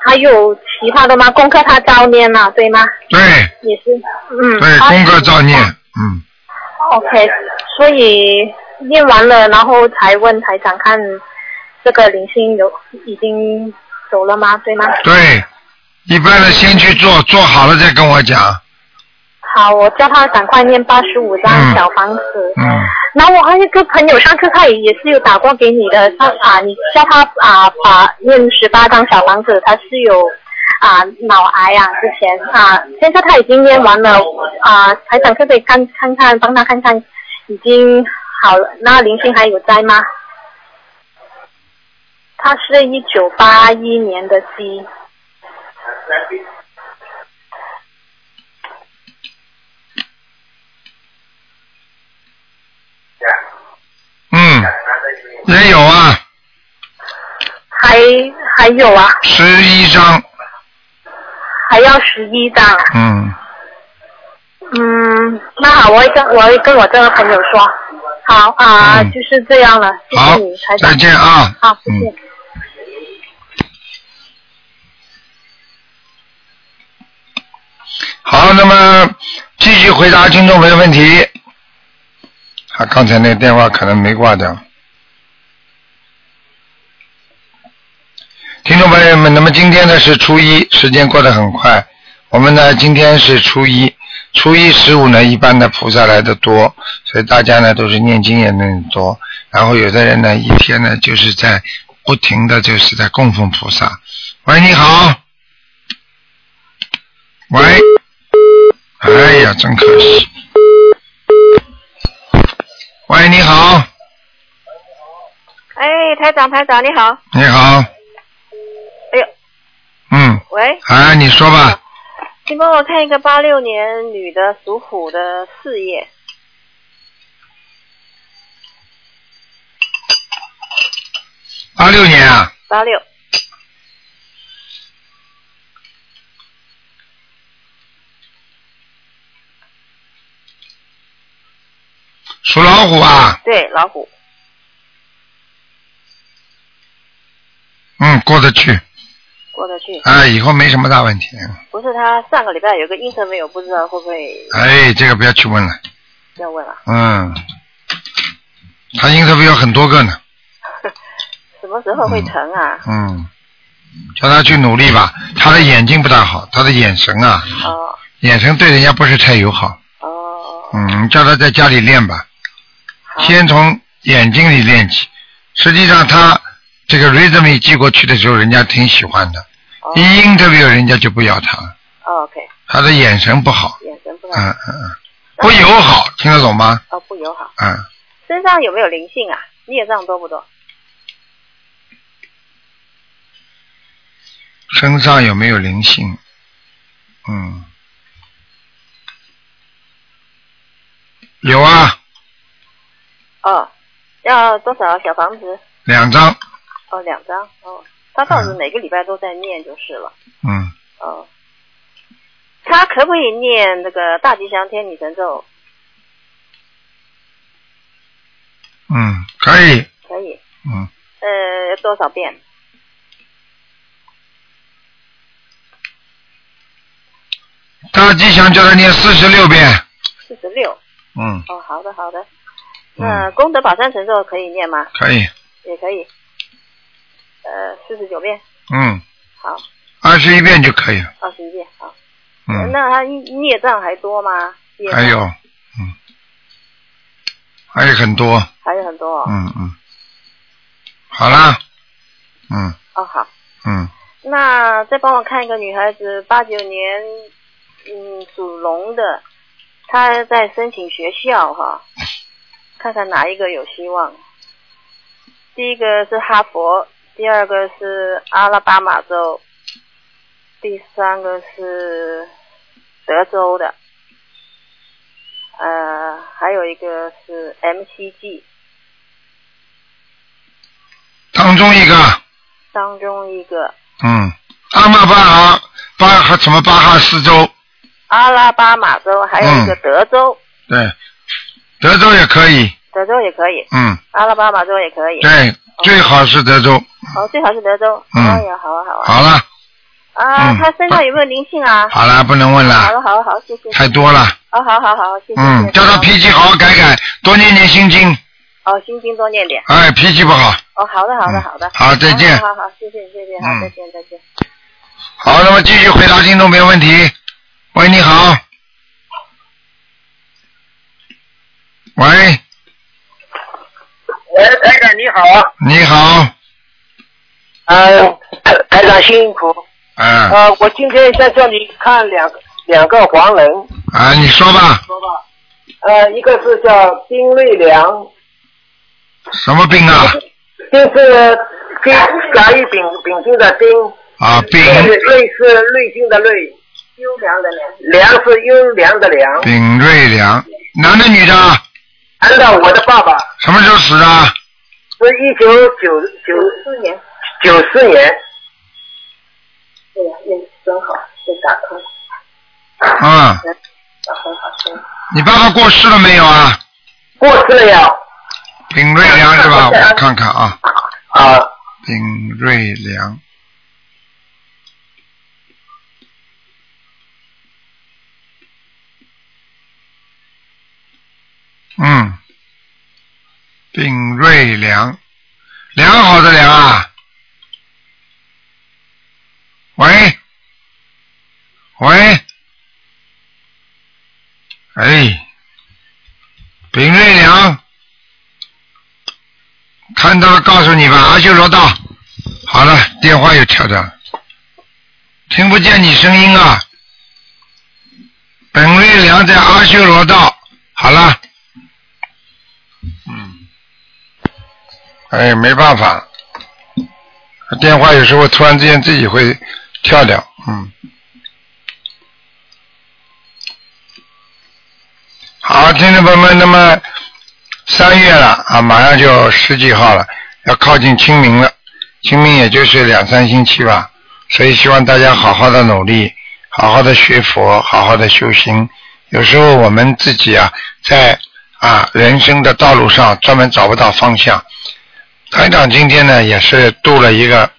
Speaker 5: 还有其他的吗？功课他照念嘛，对吗？
Speaker 1: 对
Speaker 5: 也是，嗯。
Speaker 1: 对，
Speaker 5: 他
Speaker 1: 功课照念，嗯，
Speaker 5: OK，所以念完了，然后才问台长看这个灵性有已经走了吗？对吗？
Speaker 1: 对，一般的先去做，做好了再跟我讲，
Speaker 5: 好，我叫他赶快念八十五
Speaker 1: 嗯
Speaker 5: 张小房子。
Speaker 1: 嗯，
Speaker 5: 然后我还有一个朋友，上次他也也是有打过给你的，他啊，你叫他啊把念十八张小房子，他是有啊脑癌啊之前啊，现在他已经念完了啊，台长可不可以看看看帮他看看已经好了，那林星还有在吗？他是一九八一年的鸡，
Speaker 1: 嗯，也有啊，
Speaker 5: 还还有啊，
Speaker 1: 十一章，
Speaker 5: 还要十一张啊。
Speaker 1: 嗯，
Speaker 5: 嗯，那好，我会跟我会跟我这个朋友说。好啊、
Speaker 1: 嗯
Speaker 5: 就是这样了，谢
Speaker 1: 好
Speaker 5: 谢你，台，长
Speaker 1: 再。见啊，
Speaker 5: 好，谢谢。
Speaker 1: 嗯好，那么继续回答听众朋友问题。他刚才那个电话可能没挂掉。听众朋友们，那么今天呢是初一，时间过得很快。我们呢今天是初一，初一十五呢一般的菩萨来的多，所以大家呢都是念经也念得多。然后有的人呢一天呢就是在不停的就是在供奉菩萨。喂，你好。喂。哎呀，真可惜。喂，你好，
Speaker 4: 哎，台长，台长你好。
Speaker 1: 你好，
Speaker 4: 哎呦，
Speaker 1: 嗯，
Speaker 4: 喂，
Speaker 1: 哎，你说吧，
Speaker 4: 请帮我看一个八六年女的属虎的事业。
Speaker 1: 八六年啊，
Speaker 4: 八六，
Speaker 1: 属老虎啊，
Speaker 4: 对，老虎。
Speaker 1: 嗯，过得去，
Speaker 4: 过得去，
Speaker 1: 哎，以后没什么大问题，
Speaker 4: 不是他上个礼拜有个阴神没有，不知道会不会
Speaker 1: 哎，这个不要去问了，
Speaker 4: 要问啊？
Speaker 1: 嗯，他 interview 有很多个呢，
Speaker 4: 什么时候会成啊？
Speaker 1: 嗯，叫他去努力吧，他的眼睛不大好，他的眼神啊，
Speaker 4: 哦
Speaker 1: 眼神对人家不是太友好，
Speaker 4: 哦，
Speaker 1: 嗯，叫他在家里练吧，
Speaker 4: 好，
Speaker 1: 先从眼睛里练起。实际上，他这个 resume 寄过去的时候，人家挺喜欢的。
Speaker 4: 哦
Speaker 1: 一 interview 人家就不要他了，
Speaker 4: 哦，OK，
Speaker 1: 他的眼神不好，
Speaker 4: 眼神不
Speaker 1: 嗯
Speaker 4: 好，
Speaker 1: 嗯嗯，不友好，听得懂吗？
Speaker 4: 哦，不友好。
Speaker 1: 嗯，
Speaker 4: 身上有没有灵性啊？孽障多不多？
Speaker 1: 身上有没有灵性？嗯，有啊，
Speaker 4: 哦，要多少小房子？
Speaker 1: 两张，
Speaker 4: 哦，两张。哦，他倒是每个礼拜都在念就是了。
Speaker 1: 嗯，
Speaker 4: 哦，他可不可以念那个大吉祥天女神咒？
Speaker 1: 嗯，可以，
Speaker 4: 可以。
Speaker 1: 嗯，
Speaker 4: 呃，多少遍？
Speaker 1: 大吉祥叫他念四十六遍，
Speaker 4: 四十六。
Speaker 1: 嗯，
Speaker 4: 哦，好的好的。那
Speaker 1: 嗯，
Speaker 4: 功德宝山神咒可以念吗？
Speaker 1: 可以，
Speaker 4: 也可以。呃，四十九遍。
Speaker 1: 嗯，
Speaker 4: 好，
Speaker 1: 二十一遍就可以了。
Speaker 4: 二十一遍啊。
Speaker 1: 嗯，
Speaker 4: 那他孽障还多吗？孽障
Speaker 1: 还有，嗯，还有很多，
Speaker 4: 还有很多哦。
Speaker 1: 嗯嗯，好啦，嗯
Speaker 4: 哦好，
Speaker 1: 嗯，
Speaker 4: 那再帮我看一个女孩子，八九年，嗯，属龙的，她在申请学校哈，看看哪一个有希望。第一个是哈佛，第二个是阿拉巴马州，第三个是德州的，呃，还有一个是 MCG
Speaker 1: 当中一个，
Speaker 4: 当中一个
Speaker 1: 嗯，阿玛巴哈巴哈什么巴哈四州，
Speaker 4: 阿拉巴马州，还有一个
Speaker 1: 嗯
Speaker 4: 德州，
Speaker 1: 对，德州也可以，
Speaker 4: 德州也可以。
Speaker 1: 嗯，
Speaker 4: 阿拉巴马州也可以。
Speaker 1: 对，最好是德州。
Speaker 4: 哦，最好是德州。
Speaker 1: 嗯
Speaker 4: 哎呀，好啊，好啊。
Speaker 1: 好了，
Speaker 4: 啊，
Speaker 1: 嗯
Speaker 4: 他身上有没有灵性啊？
Speaker 1: 好了，不能问
Speaker 4: 好
Speaker 1: 了，
Speaker 4: 了，好了，好了，谢谢。
Speaker 1: 太多了。
Speaker 4: 哦，好好好，谢谢。谢
Speaker 1: 嗯，
Speaker 4: 谢
Speaker 1: 叫他脾气好好改改，多念念心经。
Speaker 4: 哦，心经多念点。
Speaker 1: 哎，脾气不好。
Speaker 4: 哦，好的，好的，
Speaker 1: 嗯
Speaker 4: 好的。
Speaker 1: 好再见
Speaker 4: 好好好，谢谢，谢谢，好
Speaker 1: 嗯，
Speaker 4: 再见，再见。
Speaker 1: 好，那么继续回答听众朋友问题。喂，你好。喂，
Speaker 2: 喂，台长你好啊，
Speaker 1: 你好。
Speaker 2: 呃，台台长辛苦，
Speaker 1: 啊
Speaker 2: 呃，我今天在这里看两两个黄人，
Speaker 1: 啊，你说吧，
Speaker 2: 呃，一个是叫丁瑞良，
Speaker 1: 什么病啊？
Speaker 2: 丁是丁甲乙丙丙丁的丁，
Speaker 1: 啊，病
Speaker 2: 瑞瑞是瑞金的瑞，优良的良，良是优良的良，
Speaker 1: 丙瑞良，男的女的？
Speaker 2: 按照我的爸爸
Speaker 1: 什么时候死的？
Speaker 2: 是一九九九四年，九四年，
Speaker 1: 嗯，你爸爸过世了没有啊？
Speaker 2: 过世了呀，
Speaker 1: 丙瑞良是吧？我看看啊，
Speaker 2: 啊，
Speaker 1: 丙瑞良。嗯，丙瑞良，良好的良啊。喂，喂，哎，丙瑞良，看到了告诉你吧，阿修罗道。好了，电话又跳掉了，听不见你声音啊。本瑞良在阿修罗道。好了，嗯，哎，没办法，电话有时候突然之间自己会跳掉，嗯。好，听众朋友们，那么三月了啊，马上就十几号了，要靠近清明了，清明也就是两三星期吧，所以希望大家好好的努力，好好的学佛，好好的修行。有时候我们自己啊，在啊人生的道路上专门找不到方向。台长今天呢，也是度了一个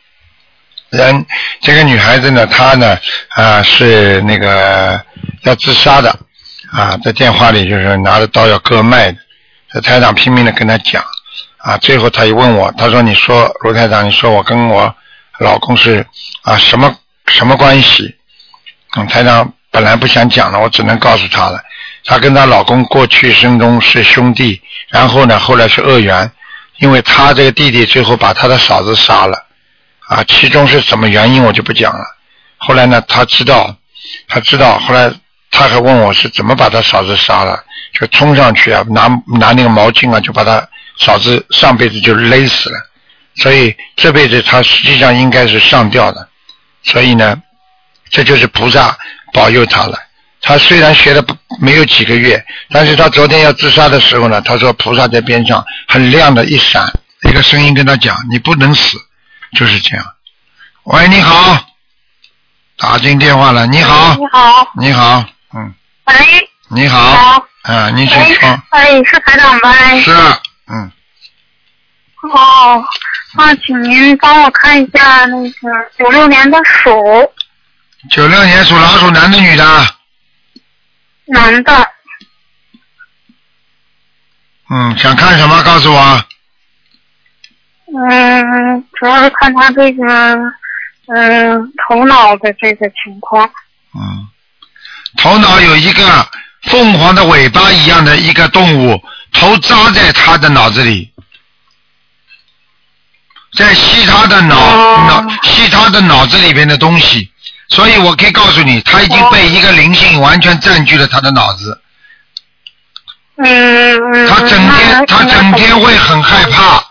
Speaker 1: 人，这个女孩子呢，她呢啊是那个要自杀的啊，在电话里就是拿着刀要割脉的。这台长拼命的跟他讲，啊，最后他一问我，他说：“你说卢台长，你说我跟我老公是啊什么什么关系？”嗯，台长本来不想讲了，我只能告诉他了。她跟她老公过去生中是兄弟，然后呢，后来是恶缘，因为她这个弟弟最后把她的嫂子杀了，啊，其中是什么原因我就不讲了。后来呢，她知道，她知道，后来她还问我是怎么把她嫂子杀了，就冲上去啊，拿拿那个毛巾啊，就把他嫂子上辈子就勒死了，所以这辈子他实际上应该是上吊的，所以呢，这就是菩萨保佑他了。他虽然学了不没有几个月，但是他昨天要自杀的时候呢，他说菩萨在边上很亮的一闪，一个声音跟他讲：“你不能死。”就是这样。喂，你好，打进电话了。你好，
Speaker 5: 你好，
Speaker 1: 你好，嗯，
Speaker 5: 喂，
Speaker 1: 你好，
Speaker 5: 好，
Speaker 1: 啊，你请
Speaker 5: 喂
Speaker 1: 说。，
Speaker 5: 哎，是台长呗？
Speaker 1: 是，嗯，
Speaker 5: 哦，那请您帮我看一下那个九六年的鼠
Speaker 1: 九六年属老鼠，男的女的？啊
Speaker 5: 男的，
Speaker 1: 嗯，想看什么？告诉我。
Speaker 5: 嗯，主要是看他这个
Speaker 6: 嗯头脑的这个情况。
Speaker 1: 嗯，头脑有一个凤凰的尾巴一样的一个动物，头扎在他的脑子里，在吸他的脑、
Speaker 6: 哦
Speaker 1: 脑吸他的脑子里边的东西，所以我可以告诉你，他已经被一个灵性完全占据了他的脑子。
Speaker 6: 嗯嗯。
Speaker 1: 他整天他整天会很害怕，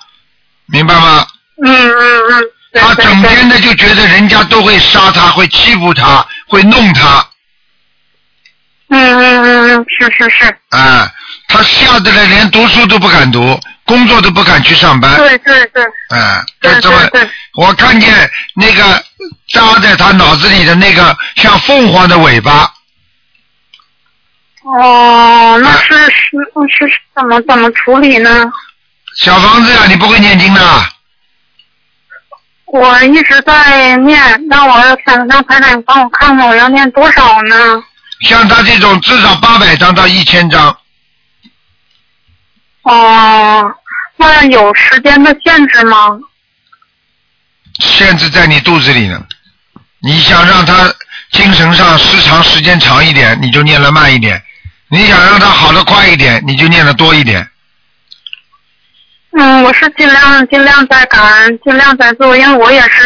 Speaker 1: 明白吗？
Speaker 6: 嗯嗯嗯。
Speaker 1: 他整天的就觉得人家都会杀他，会欺负他，会弄他，
Speaker 6: 嗯嗯嗯嗯，是是是，
Speaker 1: 啊、他吓得了连读书都不敢读，工作都不敢去上班，
Speaker 6: 对对对，
Speaker 1: 啊、就这么，我看见那个扎在他脑子里的那个像凤凰的尾巴，
Speaker 6: 哦，那是是是是怎么怎么处理呢？
Speaker 1: 小房子呀、你不会念经的啊，
Speaker 6: 我一直在念，那我想让台长帮我看看我要念多少呢？
Speaker 1: 像他这种至少八百张到一千张，
Speaker 6: 哦，那有时间的限制吗？
Speaker 1: 限制在你肚子里呢。你想让他精神上失常时间长一点，你就念了慢一点；你想让他好的快一点，你就念的多一点。
Speaker 6: 嗯，我是尽量尽量在感恩，尽量在做，因为我也是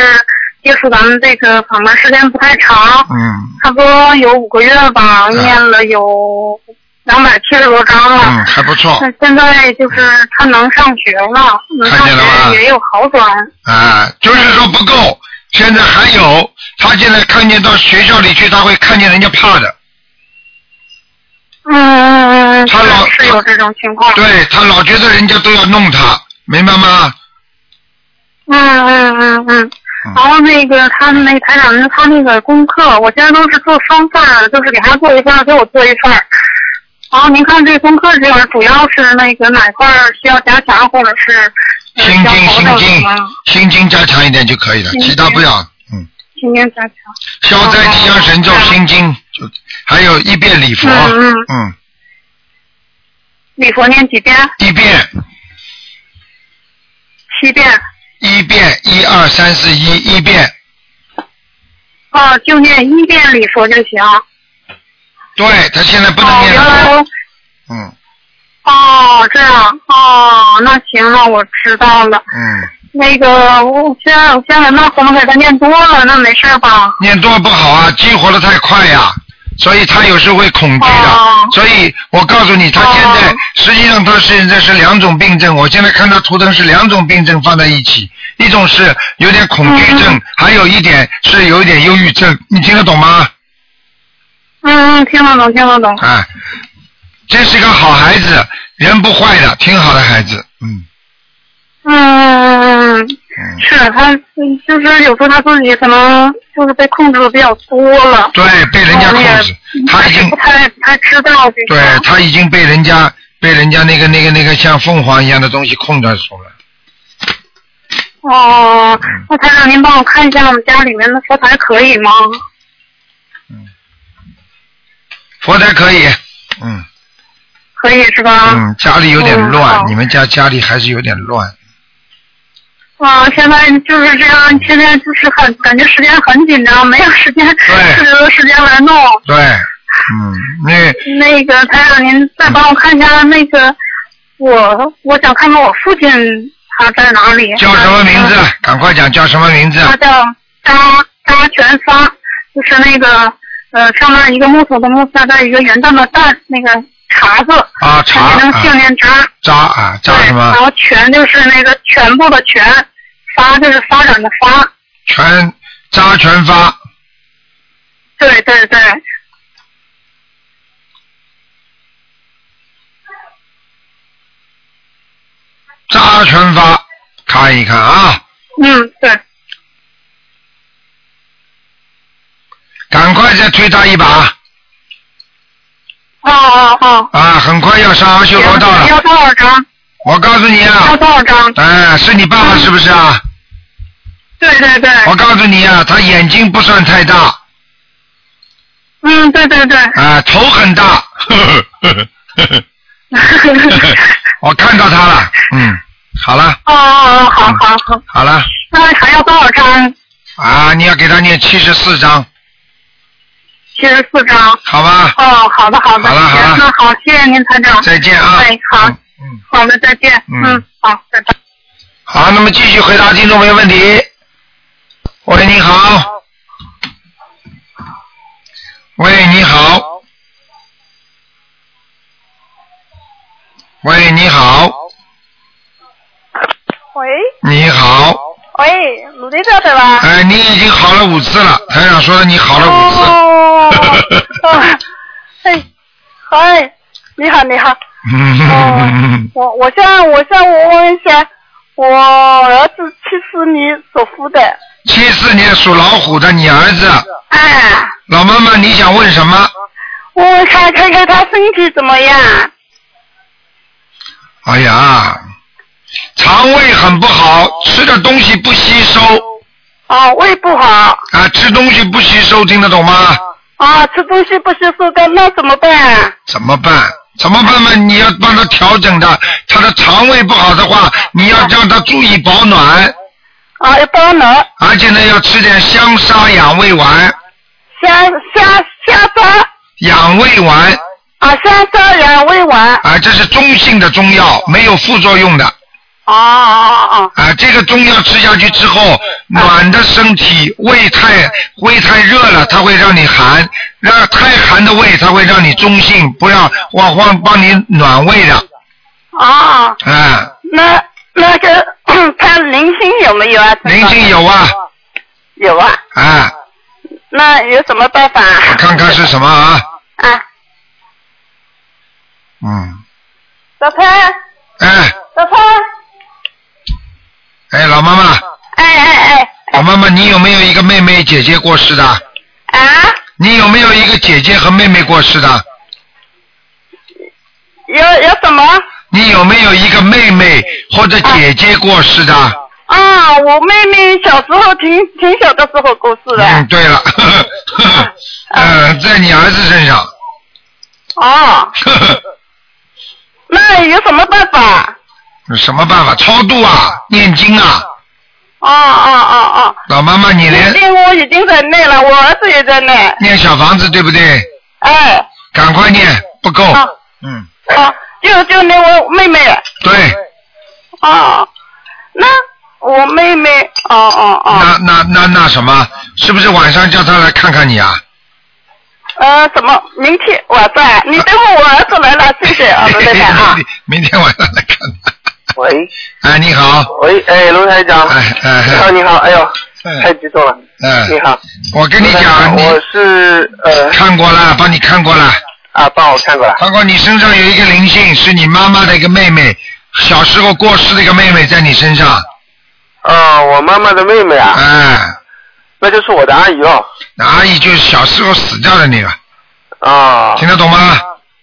Speaker 6: 接触咱们这个法门时间不太长，
Speaker 1: 嗯啊
Speaker 6: 差不多有五个月吧，念了有两百七十多章了。
Speaker 1: 嗯，还不错
Speaker 6: 那现在就是他能上学了，能上学也有好转。
Speaker 1: 啊，就是说不够。现在还有，他现在看见到学校里去，他会看见人家怕的。
Speaker 6: 嗯嗯嗯，
Speaker 1: 他老
Speaker 6: 是有这种情况。
Speaker 1: 对他老觉得人家都要弄他，明白吗？
Speaker 6: 嗯嗯嗯嗯。然后那个他们那台长，他那个功课，我现在都是做双份儿，就是给他做一份儿，给我做一份儿。然后您看这功课这边儿主要是那个哪块儿需要加强，或者是呃
Speaker 1: 心
Speaker 6: 需要
Speaker 1: 经，心
Speaker 6: 调整什
Speaker 1: 经
Speaker 6: 么？，
Speaker 1: 心经加强一点就可以了，
Speaker 6: 心经
Speaker 1: 其他不要。嗯
Speaker 6: 心经加强。
Speaker 1: 消灾吉祥神咒、心经，就还有一遍礼佛。
Speaker 6: 嗯嗯
Speaker 1: 嗯，
Speaker 6: 礼佛念几遍？
Speaker 1: 一遍。
Speaker 6: 七遍。
Speaker 1: 一遍，一二三四一，一遍。
Speaker 6: 哦，就念一遍礼佛就行。
Speaker 1: 对他现在不能
Speaker 6: 哦，
Speaker 1: 念
Speaker 6: 原来
Speaker 1: 了。
Speaker 6: 我
Speaker 1: 嗯
Speaker 6: 哦这样哦，那行了，我知道了。
Speaker 1: 嗯，
Speaker 6: 那个，我现在我现在那可能给他念多了，那没事儿吧？
Speaker 1: 念多不好啊，激活的太快呀、所以他有时候会恐惧的。
Speaker 6: 哦
Speaker 1: 所以我告诉你，他现在、实际上他现在是两种病症。我现在看他图腾是两种病症放在一起，一种是有点恐惧症，还有一点是有点忧郁症。你听得懂吗？
Speaker 6: 嗯嗯，听得懂，听得懂。
Speaker 1: 啊，这是个好孩子，人不坏的，挺好的孩子。嗯，
Speaker 6: 嗯嗯嗯嗯，是他嗯就是有时候他自己可能就是被控制的比较多了。
Speaker 1: 对，被人家控制，
Speaker 6: 他已经不太不太知道这个。
Speaker 1: 对他已经被人家被人家那个那个那个像凤凰一样的东西控制住了。
Speaker 6: 哦，
Speaker 1: 嗯
Speaker 6: 那台长，您帮我看一下我们家里面的佛台可以吗？
Speaker 1: 佛台可以，嗯
Speaker 6: 可以是吧？
Speaker 1: 嗯，家里有点
Speaker 6: 嗯
Speaker 1: 乱，
Speaker 6: 啊好
Speaker 1: 你们家家里还是有点乱。
Speaker 6: 啊，现在就是这样，现在就是很感觉时间很紧张，没有时间，特别多时间来弄。
Speaker 1: 对，嗯，那
Speaker 6: 那个台长，您再帮我看一下那个，我我想看看我父亲他在哪里。
Speaker 1: 叫什么名字？赶快讲叫什么名字？
Speaker 6: 他叫扎扎全发，就是那个呃上面一个木头的木，下边一个圆蛋的蛋，那个茶字。
Speaker 1: 啊，查
Speaker 6: 变成
Speaker 1: 啊
Speaker 6: 杏仁渣。
Speaker 1: 扎啊扎什
Speaker 6: 然
Speaker 1: 么？
Speaker 6: 后全就是那个全部的全，发就是发展的发，
Speaker 1: 全扎全发，
Speaker 6: 对对对，
Speaker 1: 扎全发，看一看啊。
Speaker 6: 嗯对，
Speaker 1: 赶快再推他一把
Speaker 6: 哦哦哦，
Speaker 1: 啊！很快要上阿修罗道了，
Speaker 6: 要
Speaker 1: 啊
Speaker 6: 多少张？
Speaker 1: 我告诉你啊
Speaker 6: 要，多少张？
Speaker 1: 哎，是你
Speaker 6: 嗯
Speaker 1: 爸爸是不是啊？
Speaker 6: 对对对，
Speaker 1: 我告诉你啊，他眼睛不算太大，
Speaker 6: 嗯对对对，
Speaker 1: 啊，头很大， 呵呵呵呵呵呵我看到他了，嗯，好了，
Speaker 6: 哦哦哦，好好好，
Speaker 1: 好了，
Speaker 6: 那还要多少张？
Speaker 1: 啊，你要给他念七十四章，
Speaker 6: 七十四张。
Speaker 1: 好吧？
Speaker 6: 哦，好的好的，
Speaker 1: 好了好了
Speaker 6: 行，那好，谢谢您台长。
Speaker 1: 再见啊
Speaker 6: 哎，好，嗯，好的，再见。
Speaker 1: 嗯
Speaker 6: 嗯，好，拜拜。
Speaker 1: 好，那么继续回答听众朋友问题。喂，你好。喂，你好。喂，你好，
Speaker 7: 喂，
Speaker 1: 你好，
Speaker 7: 喂，鲁队长对吧？
Speaker 1: 哎，你已经好了五次了，台长说的你好了五次，
Speaker 7: 哦， 啊哎，嗨，哎你好，你好，哦
Speaker 1: 嗯，
Speaker 7: 我我想我想我问一下，我儿子七四年所夫的，
Speaker 1: 七四年属老虎的你儿子，
Speaker 7: 哎，
Speaker 1: 老妈妈，你想问什么？
Speaker 7: 我看看看他身体怎么样？
Speaker 1: 哎呀，肠胃很不好，吃的东西不吸收。
Speaker 7: 啊，胃不好。
Speaker 1: 啊，吃东西不吸收，听得懂吗？
Speaker 7: 啊，吃东西不吸收的，那怎么办？啊
Speaker 1: 怎么办？怎么办嘛？你要帮他调整的，他的肠胃不好的话，你要让他注意保暖。
Speaker 7: 啊，要保暖。
Speaker 1: 而且呢，要吃点香砂养胃丸。
Speaker 7: 香香香砂。
Speaker 1: 养胃丸。
Speaker 7: 啊，香砂养胃丸。
Speaker 1: 啊，这是中性的中药，没有副作用的。
Speaker 7: 哦哦哦。
Speaker 1: 啊，这个中药吃下去之后，暖的身体，胃太胃太热了，它会让你寒；那太寒的胃，它会让你中性，不要往往帮你暖胃的。
Speaker 7: 啊，
Speaker 1: 啊，
Speaker 7: 那那个 他灵性有没有啊？
Speaker 1: 灵性有啊，
Speaker 7: 有啊，
Speaker 1: 啊，
Speaker 7: 那有什么办法啊？
Speaker 1: 我看看是什么啊？
Speaker 7: 啊，
Speaker 1: 嗯，
Speaker 7: 老潘，
Speaker 1: 哎
Speaker 7: 老潘，
Speaker 1: 哎，老妈妈，
Speaker 7: 哎哎哎，
Speaker 1: 老妈妈，你有没有一个妹妹姐姐过世的？啊？你有没有一个姐姐和妹妹过世的？
Speaker 7: 有有什么？
Speaker 1: 你有没有一个妹妹或者姐姐过世的？
Speaker 7: 啊，我妹妹小时候挺挺小的时候过世的。啊
Speaker 1: 嗯， 对了，呵呵呵 呃，在你儿子身上，
Speaker 7: 哦， 那有什么办法？
Speaker 1: 有什么办法？超度啊，念经啊，
Speaker 7: 哦哦哦哦。
Speaker 1: 老妈妈你连
Speaker 7: 已经我已经在内了，我儿子也在内。
Speaker 1: 念小房子对不对？
Speaker 7: 哎。
Speaker 1: 赶快念，不够。
Speaker 7: 啊
Speaker 1: 嗯，
Speaker 7: 啊，就就那我妹妹。
Speaker 1: 对，
Speaker 7: 哦，那我妹妹，哦哦
Speaker 1: 那
Speaker 7: 哦，
Speaker 1: 那那那什么，是不是晚上叫他来看看你啊？
Speaker 7: 呃，怎么明天晚上？你等会我儿子来了，谢谢啊，罗队长啊。
Speaker 1: 明天晚上来看。
Speaker 8: 喂。
Speaker 1: 哎，你好。
Speaker 8: 喂，哎，卢台长。
Speaker 1: 哎哎。
Speaker 8: 你好，你好，哎呦，太激动了。
Speaker 1: 嗯。
Speaker 8: 你好。
Speaker 1: 我跟你讲，
Speaker 8: 我
Speaker 1: 你
Speaker 8: 是呃。
Speaker 1: 看过了，帮你看过了。
Speaker 8: 啊，帮我看过了。
Speaker 1: 包括你身上有一个灵性，是你妈妈的一个妹妹，小时候过世的一个妹妹在你身
Speaker 8: 啊
Speaker 1: 上。
Speaker 8: 哦，我妈妈的妹妹啊。
Speaker 1: 哎。
Speaker 8: 那就是我的阿姨喽。
Speaker 1: 那阿姨就是小时候死掉的那个，
Speaker 8: 啊。
Speaker 1: 听得懂吗？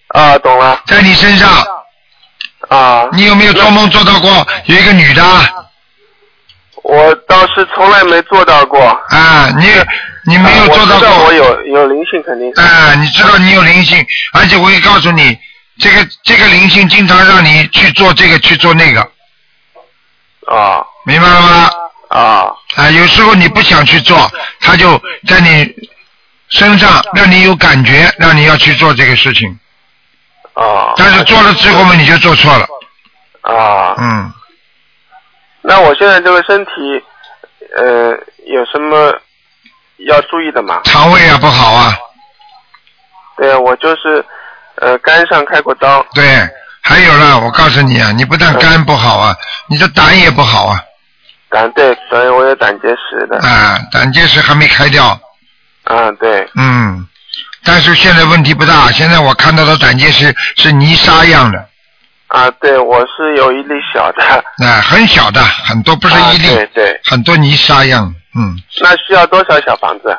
Speaker 8: 啊，懂了。
Speaker 1: 在你身上。
Speaker 8: 啊。
Speaker 1: 你有没有做梦做到过有一个女的？
Speaker 8: 我倒是从来没做到过。
Speaker 1: 啊，你你没有做到过
Speaker 8: 啊我知道我有有灵性，肯定是。
Speaker 1: 哎，你知道你有灵性，而且我会告诉你，这个这个灵性经常让你去做这个去做那个，嗯
Speaker 8: 啊
Speaker 1: 明白了吗？
Speaker 8: 啊
Speaker 1: 啊，有时候你不想去做，他就在你身上让你有感觉，让你要去做这个事情，
Speaker 8: 啊
Speaker 1: 但是做了之后嘛，你就做错了。
Speaker 8: 啊。
Speaker 1: 嗯，
Speaker 8: 那我现在这个身体，呃，有什么要注意的吗？
Speaker 1: 肠胃啊不好啊，
Speaker 8: 对，啊我就是，呃，肝上开过刀，
Speaker 1: 对，还有了，我告诉你啊，你不但肝不好啊，你的胆也不好啊，
Speaker 8: 胆对，所以我有胆结石的。
Speaker 1: 啊，胆结石还没开掉，
Speaker 8: 嗯，对，
Speaker 1: 嗯，但是现在问题不大，现在我看到的胆结石是泥沙样的，
Speaker 8: 啊，对，我是有一粒小的，
Speaker 1: 啊、很小的，很多不是
Speaker 8: 啊
Speaker 1: 一粒，
Speaker 8: 对对，
Speaker 1: 很多泥沙样，嗯，
Speaker 8: 那需要多少小房子？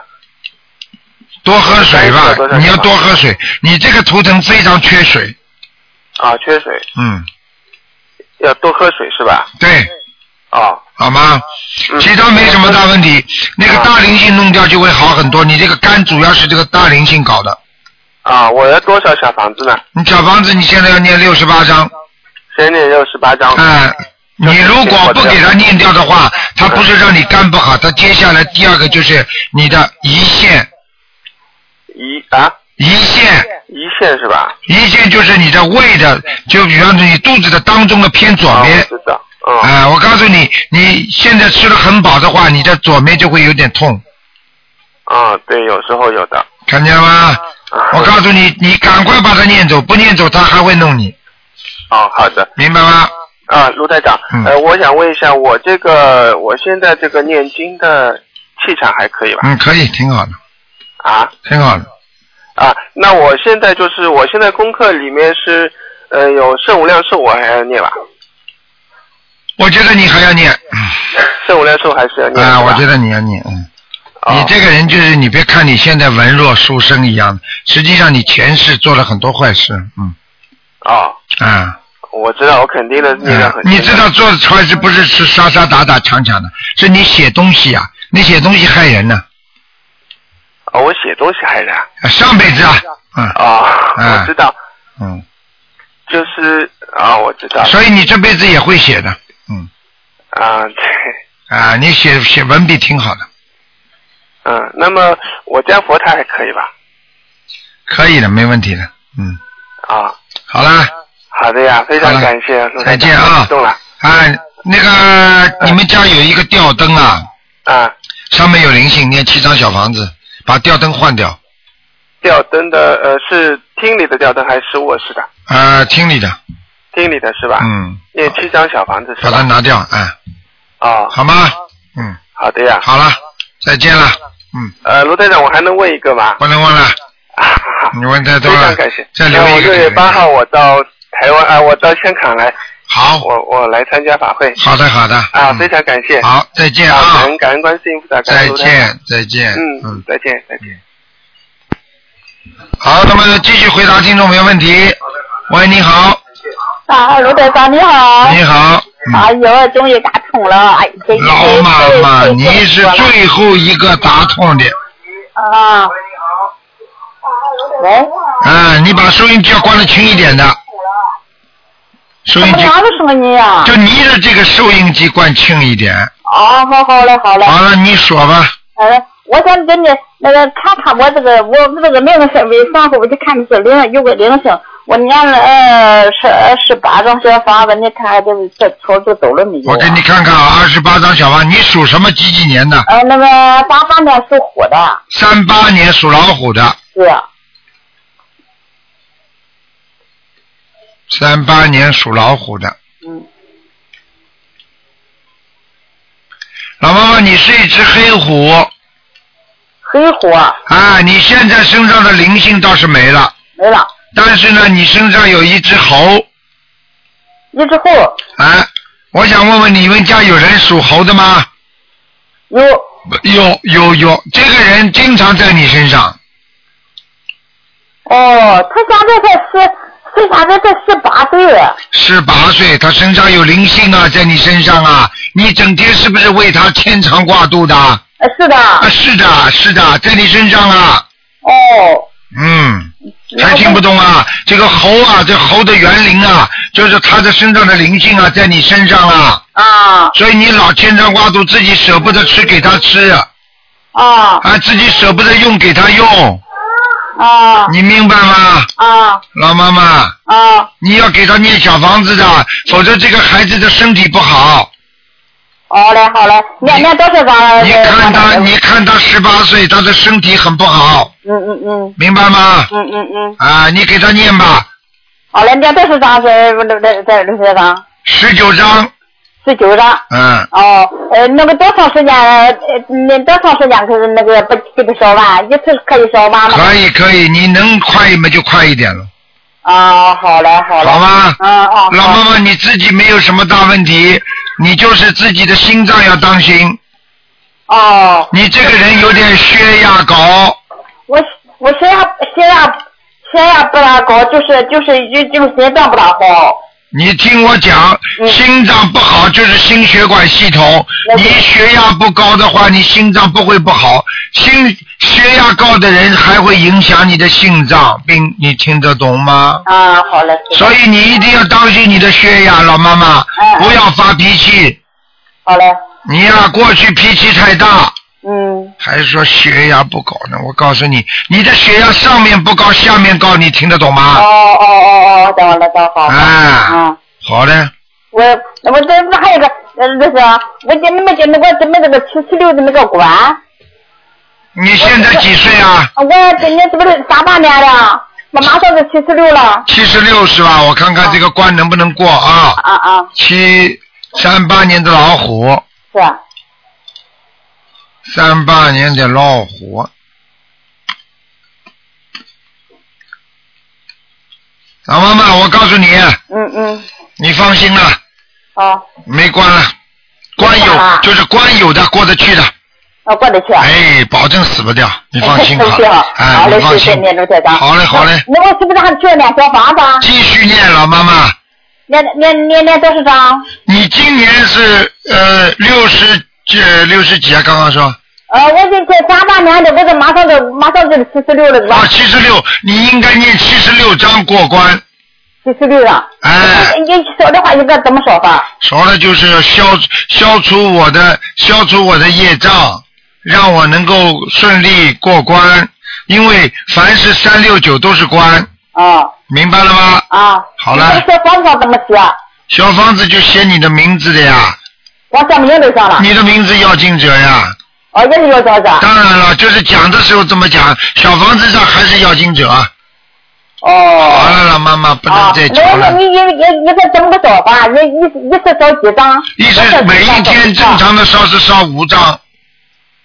Speaker 1: 多喝水吧
Speaker 8: 该多少多，少
Speaker 1: 你要多喝水，你这个图腾非常缺水，
Speaker 8: 啊，缺水，
Speaker 1: 嗯，
Speaker 8: 要多喝水是吧？
Speaker 1: 对，
Speaker 8: 哦，
Speaker 1: 好吗？其他没什么大问题，那个大灵性弄掉就会好很多，你这个肝主要是这个大灵性搞的。
Speaker 8: 啊，我要多少小房子呢？
Speaker 1: 你小房子你现在要念六十八章，
Speaker 8: 先念六十八章。
Speaker 1: 啊哎、你如果不给他念掉的话，它不是让你肝不好，它接下来第二个就是你的胰腺，
Speaker 8: 胰啊？
Speaker 1: 胰腺。
Speaker 8: 胰腺是吧？
Speaker 1: 胰腺就是你的胃的，就比方说你肚子的当中的偏左边。
Speaker 8: 我知道。嗯
Speaker 1: 啊、我告诉你，你现在吃的很饱的话，你的左面就会有点痛，
Speaker 8: 啊，对，有时候有的。啊
Speaker 1: 看见了吗？我告诉你，你赶快把它念走，不念走它还会弄你。
Speaker 8: 哦，好的。
Speaker 1: 明白吗？
Speaker 8: 啊，卢台长，
Speaker 1: 嗯
Speaker 8: 呃，我想问一下，我这个我现在这个念经的气场还可以吧？
Speaker 1: 嗯，可以，挺好的，
Speaker 8: 啊
Speaker 1: 挺好的。
Speaker 8: 啊，那我现在就是我现在功课里面是呃有圣无量寿，我还要念吧？
Speaker 1: 我觉得你还要念
Speaker 8: 圣无量寿还是要哦念
Speaker 1: 啊，我觉
Speaker 8: 得
Speaker 1: 得你要念，嗯。
Speaker 8: 啊
Speaker 1: 你这个人就是，你别看你现在文弱书生一样，实际上你前世做了很多坏事，嗯
Speaker 8: 哦，
Speaker 1: 啊。
Speaker 8: 我知道，我肯定的念得很。
Speaker 1: 嗯你知道做坏事不是是杀杀打打抢抢的，是你写东西啊，你写东西害人呢、
Speaker 8: 哦，我写东西还是啊？
Speaker 1: 啊上辈子啊，嗯
Speaker 8: 啊，
Speaker 1: 嗯
Speaker 8: 我知道，
Speaker 1: 嗯，
Speaker 8: 就是啊，我知道。
Speaker 1: 所以你这辈子也会写的
Speaker 8: 啊，对。
Speaker 1: 啊，你写写文笔挺好的，
Speaker 8: 嗯，那么我家佛台还可以吧？
Speaker 1: 可以的，没问题的，嗯，
Speaker 8: 啊，
Speaker 1: 好啦，
Speaker 8: 好的呀，非常
Speaker 1: 好了
Speaker 8: 感谢陆台
Speaker 1: 再见
Speaker 8: 长
Speaker 1: 啊
Speaker 8: 激动了
Speaker 1: 啊，那
Speaker 8: 嗯
Speaker 1: 个你们家有一个吊灯啊，
Speaker 8: 啊，
Speaker 1: 上面有灵性，念七张小房子，把吊灯换掉，
Speaker 8: 吊灯的呃是厅里的吊灯还是卧室的？
Speaker 1: 啊，听你的，
Speaker 8: 厅里的是吧？
Speaker 1: 嗯，
Speaker 8: 念七张小房子是
Speaker 1: 把它
Speaker 8: 吧？
Speaker 1: 拿掉，啊，
Speaker 8: 啊，
Speaker 1: 好吗？嗯，
Speaker 8: 好的呀。
Speaker 1: 好了，再见了，嗯，
Speaker 8: 呃，卢台长，我还能问一个吗？
Speaker 1: 不能忘了， 你问太
Speaker 8: 非
Speaker 1: 多了
Speaker 8: 常，感谢。
Speaker 1: 再留
Speaker 8: 那我
Speaker 1: 一个
Speaker 8: 六
Speaker 1: 给
Speaker 8: 月
Speaker 1: 你
Speaker 8: 八号我到台湾啊，我到香港来。
Speaker 1: 好。
Speaker 8: 我我来参加法会。
Speaker 1: 好的好的，
Speaker 8: 啊，非常感谢。
Speaker 1: 嗯好，再见
Speaker 8: 啊！
Speaker 1: 啊
Speaker 8: 感，恩感恩观世音菩萨，感
Speaker 1: 再
Speaker 8: 恩卢台长
Speaker 1: 见再见，
Speaker 8: 嗯嗯，再见再见。
Speaker 1: 好，那么继续回答听众朋友问题。喂，你好，
Speaker 9: 啊，卢队长你好。
Speaker 1: 你好。嗯
Speaker 9: 哎呦，终于打通了，哎，这
Speaker 1: 老妈妈，你是最后一个打通的，
Speaker 9: 啊。喂，
Speaker 1: 啊，你把收音机要关的轻一点的，收
Speaker 9: 怎
Speaker 1: 音
Speaker 9: 么
Speaker 1: 机
Speaker 9: 哪有声音呀？
Speaker 1: 就你的这个收音机关轻一点。
Speaker 9: 哦，好好嘞，好嘞。
Speaker 1: 好了，你说吧，
Speaker 9: 呃，我想跟你那个看看我这个我这个铃声，为上回我就看你这铃有个铃声，我念了呃十十八张小房子，你看这这头都走了没有？
Speaker 1: 我给你看看啊，二十八张小王，你属什么？几几年的？
Speaker 9: 呃，那个八八年属虎的，
Speaker 1: 三八年属老虎的，
Speaker 9: 是啊
Speaker 1: 三八年属老虎的。
Speaker 9: 嗯。
Speaker 1: 老妈妈，你是一只黑虎。
Speaker 9: 黑虎。
Speaker 1: 啊，你现在身上的灵性倒是没了，
Speaker 9: 没了，
Speaker 1: 但是呢，你身上有一只猴。
Speaker 9: 一只猴。
Speaker 1: 啊，我想问问你们家有人属猴的吗？
Speaker 9: 有。
Speaker 1: 有有有，这个人经常在你身上。
Speaker 9: 哦，他现在才十，他现在才十八岁了。
Speaker 1: 十八岁，他身上有灵性啊，在你身上啊，你整天是不是为他牵肠挂肚的？
Speaker 9: 呃，是的。
Speaker 1: 啊，是的，是的，在你身上啊。
Speaker 9: 哦。
Speaker 1: 嗯，还听不懂啊？这个猴啊，这猴的园林啊，就是它的身上的灵性啊，在你身上啊。
Speaker 9: 啊。
Speaker 1: 所以你老牵肠挂肚，自己舍不得吃给他吃。
Speaker 9: 啊。
Speaker 1: 啊，自己舍不得用给他用。
Speaker 9: 啊。
Speaker 1: 你明白吗？
Speaker 9: 啊。
Speaker 1: 老妈妈。
Speaker 9: 啊。
Speaker 1: 你要给他念小房子的，
Speaker 9: 嗯
Speaker 1: 否则这个孩子的身体不好。
Speaker 9: 好嘞，好嘞，念念多少张？
Speaker 1: 你看他，你看他十八岁，他的身体很不好，
Speaker 9: 嗯嗯嗯。
Speaker 1: 明白吗？
Speaker 9: 嗯嗯嗯。
Speaker 1: 啊，你给他念吧，
Speaker 9: 好嘞，念多少张？是不是这这多少张？
Speaker 1: 十九章，
Speaker 9: 十九张。
Speaker 1: 嗯，
Speaker 9: 哦，呃，那个多长时间？呃，那多长时间可是那个不给他烧完？一次可以烧完吗？
Speaker 1: 可以可以，你能快嘛就快一点了，
Speaker 9: 啊，好嘞，好嘞。
Speaker 1: 好吗？
Speaker 9: 嗯哦。
Speaker 1: 老妈妈，你自己没有什么大问题，你就是自己的心脏要当心。
Speaker 9: 哦。
Speaker 1: 你这个人有点血压高，
Speaker 9: 我我血压血压血压不大高，就是就是就就是心脏不大好。
Speaker 1: 你听我讲，
Speaker 9: 嗯
Speaker 1: 心脏不好就是心血管系统。你血压不高的话，你心脏不会不好。心血压高的人还会影响你的心脏病，你听得懂吗？
Speaker 9: 啊，好嘞。
Speaker 1: 所以你一定要当心你的血压，老妈妈，不要发脾气。
Speaker 9: 嗯好嘞。
Speaker 1: 你呀、过去脾气太大，
Speaker 2: 嗯，
Speaker 1: 还是说血压不高呢？我告诉你，你的血压上面不高，下面高，你听得懂吗？
Speaker 2: 哦哦哦哦，懂了懂了，好
Speaker 1: 啊
Speaker 2: 的。
Speaker 9: 嗯
Speaker 2: 啊，
Speaker 1: 好的，
Speaker 2: 我我这不还有个，呃，就是我就那么就那个怎么这个七七六的那个管？
Speaker 1: 你现在几岁啊？
Speaker 2: 我今年这不是八八年了，我马上就七十六了。
Speaker 1: 七十六是吧？我看看这个关能不能过啊？
Speaker 2: 啊啊，
Speaker 1: 七三八年的老虎，
Speaker 2: 是啊
Speaker 1: 三八年的老虎，老妈妈，我告诉你，
Speaker 2: 嗯嗯，
Speaker 1: 你放心了，
Speaker 2: 哦，
Speaker 1: 没关了，关有就是关有的过得去
Speaker 2: 啊
Speaker 1: 的，
Speaker 2: 我过得去啊。
Speaker 1: 哎，保证死不掉，你放心好
Speaker 2: 谢谢
Speaker 1: 了
Speaker 2: 啊，
Speaker 1: 哎，
Speaker 2: 好嘞
Speaker 1: 你放
Speaker 2: 谢谢
Speaker 1: 心
Speaker 2: 念卢台，长
Speaker 1: 好嘞好嘞，
Speaker 2: 那我是不是还需要两张房子啊？
Speaker 1: 继续念老妈妈，
Speaker 2: 念念念念多少张？
Speaker 1: 你今年是呃六十几六十几啊？刚刚说
Speaker 2: 呃，我这这八八年的，我这马上就马上就七十六了，是吧？
Speaker 1: 啊，七十六，你应该念七十六章过关，
Speaker 2: 七十六了。
Speaker 1: 哎，
Speaker 2: 你说的话应该怎么说法？
Speaker 1: 少了就是要消消除我的消除我的业障，让我能够顺利过关。因为凡是三六九都是关，
Speaker 2: 啊
Speaker 1: 明白了吗？
Speaker 2: 啊。
Speaker 1: 好了，
Speaker 2: 这房子怎么啊写？
Speaker 1: 小房子就写你的名字的呀，
Speaker 2: 我怎么名字上了？
Speaker 1: 你的名字要经者呀。
Speaker 2: 哦，也是要多 少？
Speaker 1: 当然了，就是讲的时候这么讲，小房子上还是要经者。啊
Speaker 2: 哦。
Speaker 1: 好了，老妈妈不能
Speaker 2: 啊，
Speaker 1: 再
Speaker 2: 那
Speaker 1: 讲
Speaker 2: 我
Speaker 1: 了。
Speaker 2: 说你一一一个怎么找法？一一一次烧几张？
Speaker 1: 一次每一天正常的烧是烧五张，
Speaker 2: 啊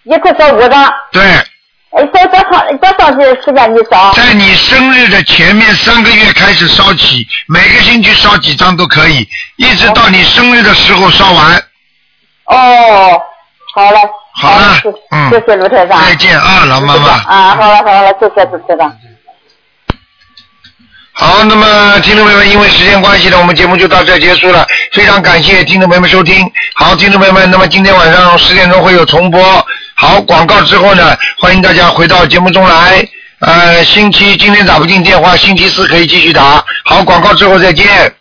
Speaker 2: 一次烧五张。
Speaker 1: 对，
Speaker 2: 哎，烧多长多长时时间你烧？
Speaker 1: 在你生日的前面三个月开始烧起，每个星期烧几张都可以，一直到你生日的时候烧完。
Speaker 2: 哦，好嘞。
Speaker 1: 好了，嗯，
Speaker 2: 谢谢卢台长。
Speaker 1: 再见啊，老妈妈。
Speaker 2: 啊，好了好了，谢谢主持人。
Speaker 1: 好，那么听众朋友们，因为时间关系呢，我们节目就到这儿结束了。非常感谢听众朋友们收听。好，听众朋友们，那么今天晚上十点钟会有重播。好，广告之后呢，欢迎大家回到节目中来。呃，星期今天打不进电话，星期四可以继续打。好，广告之后再见。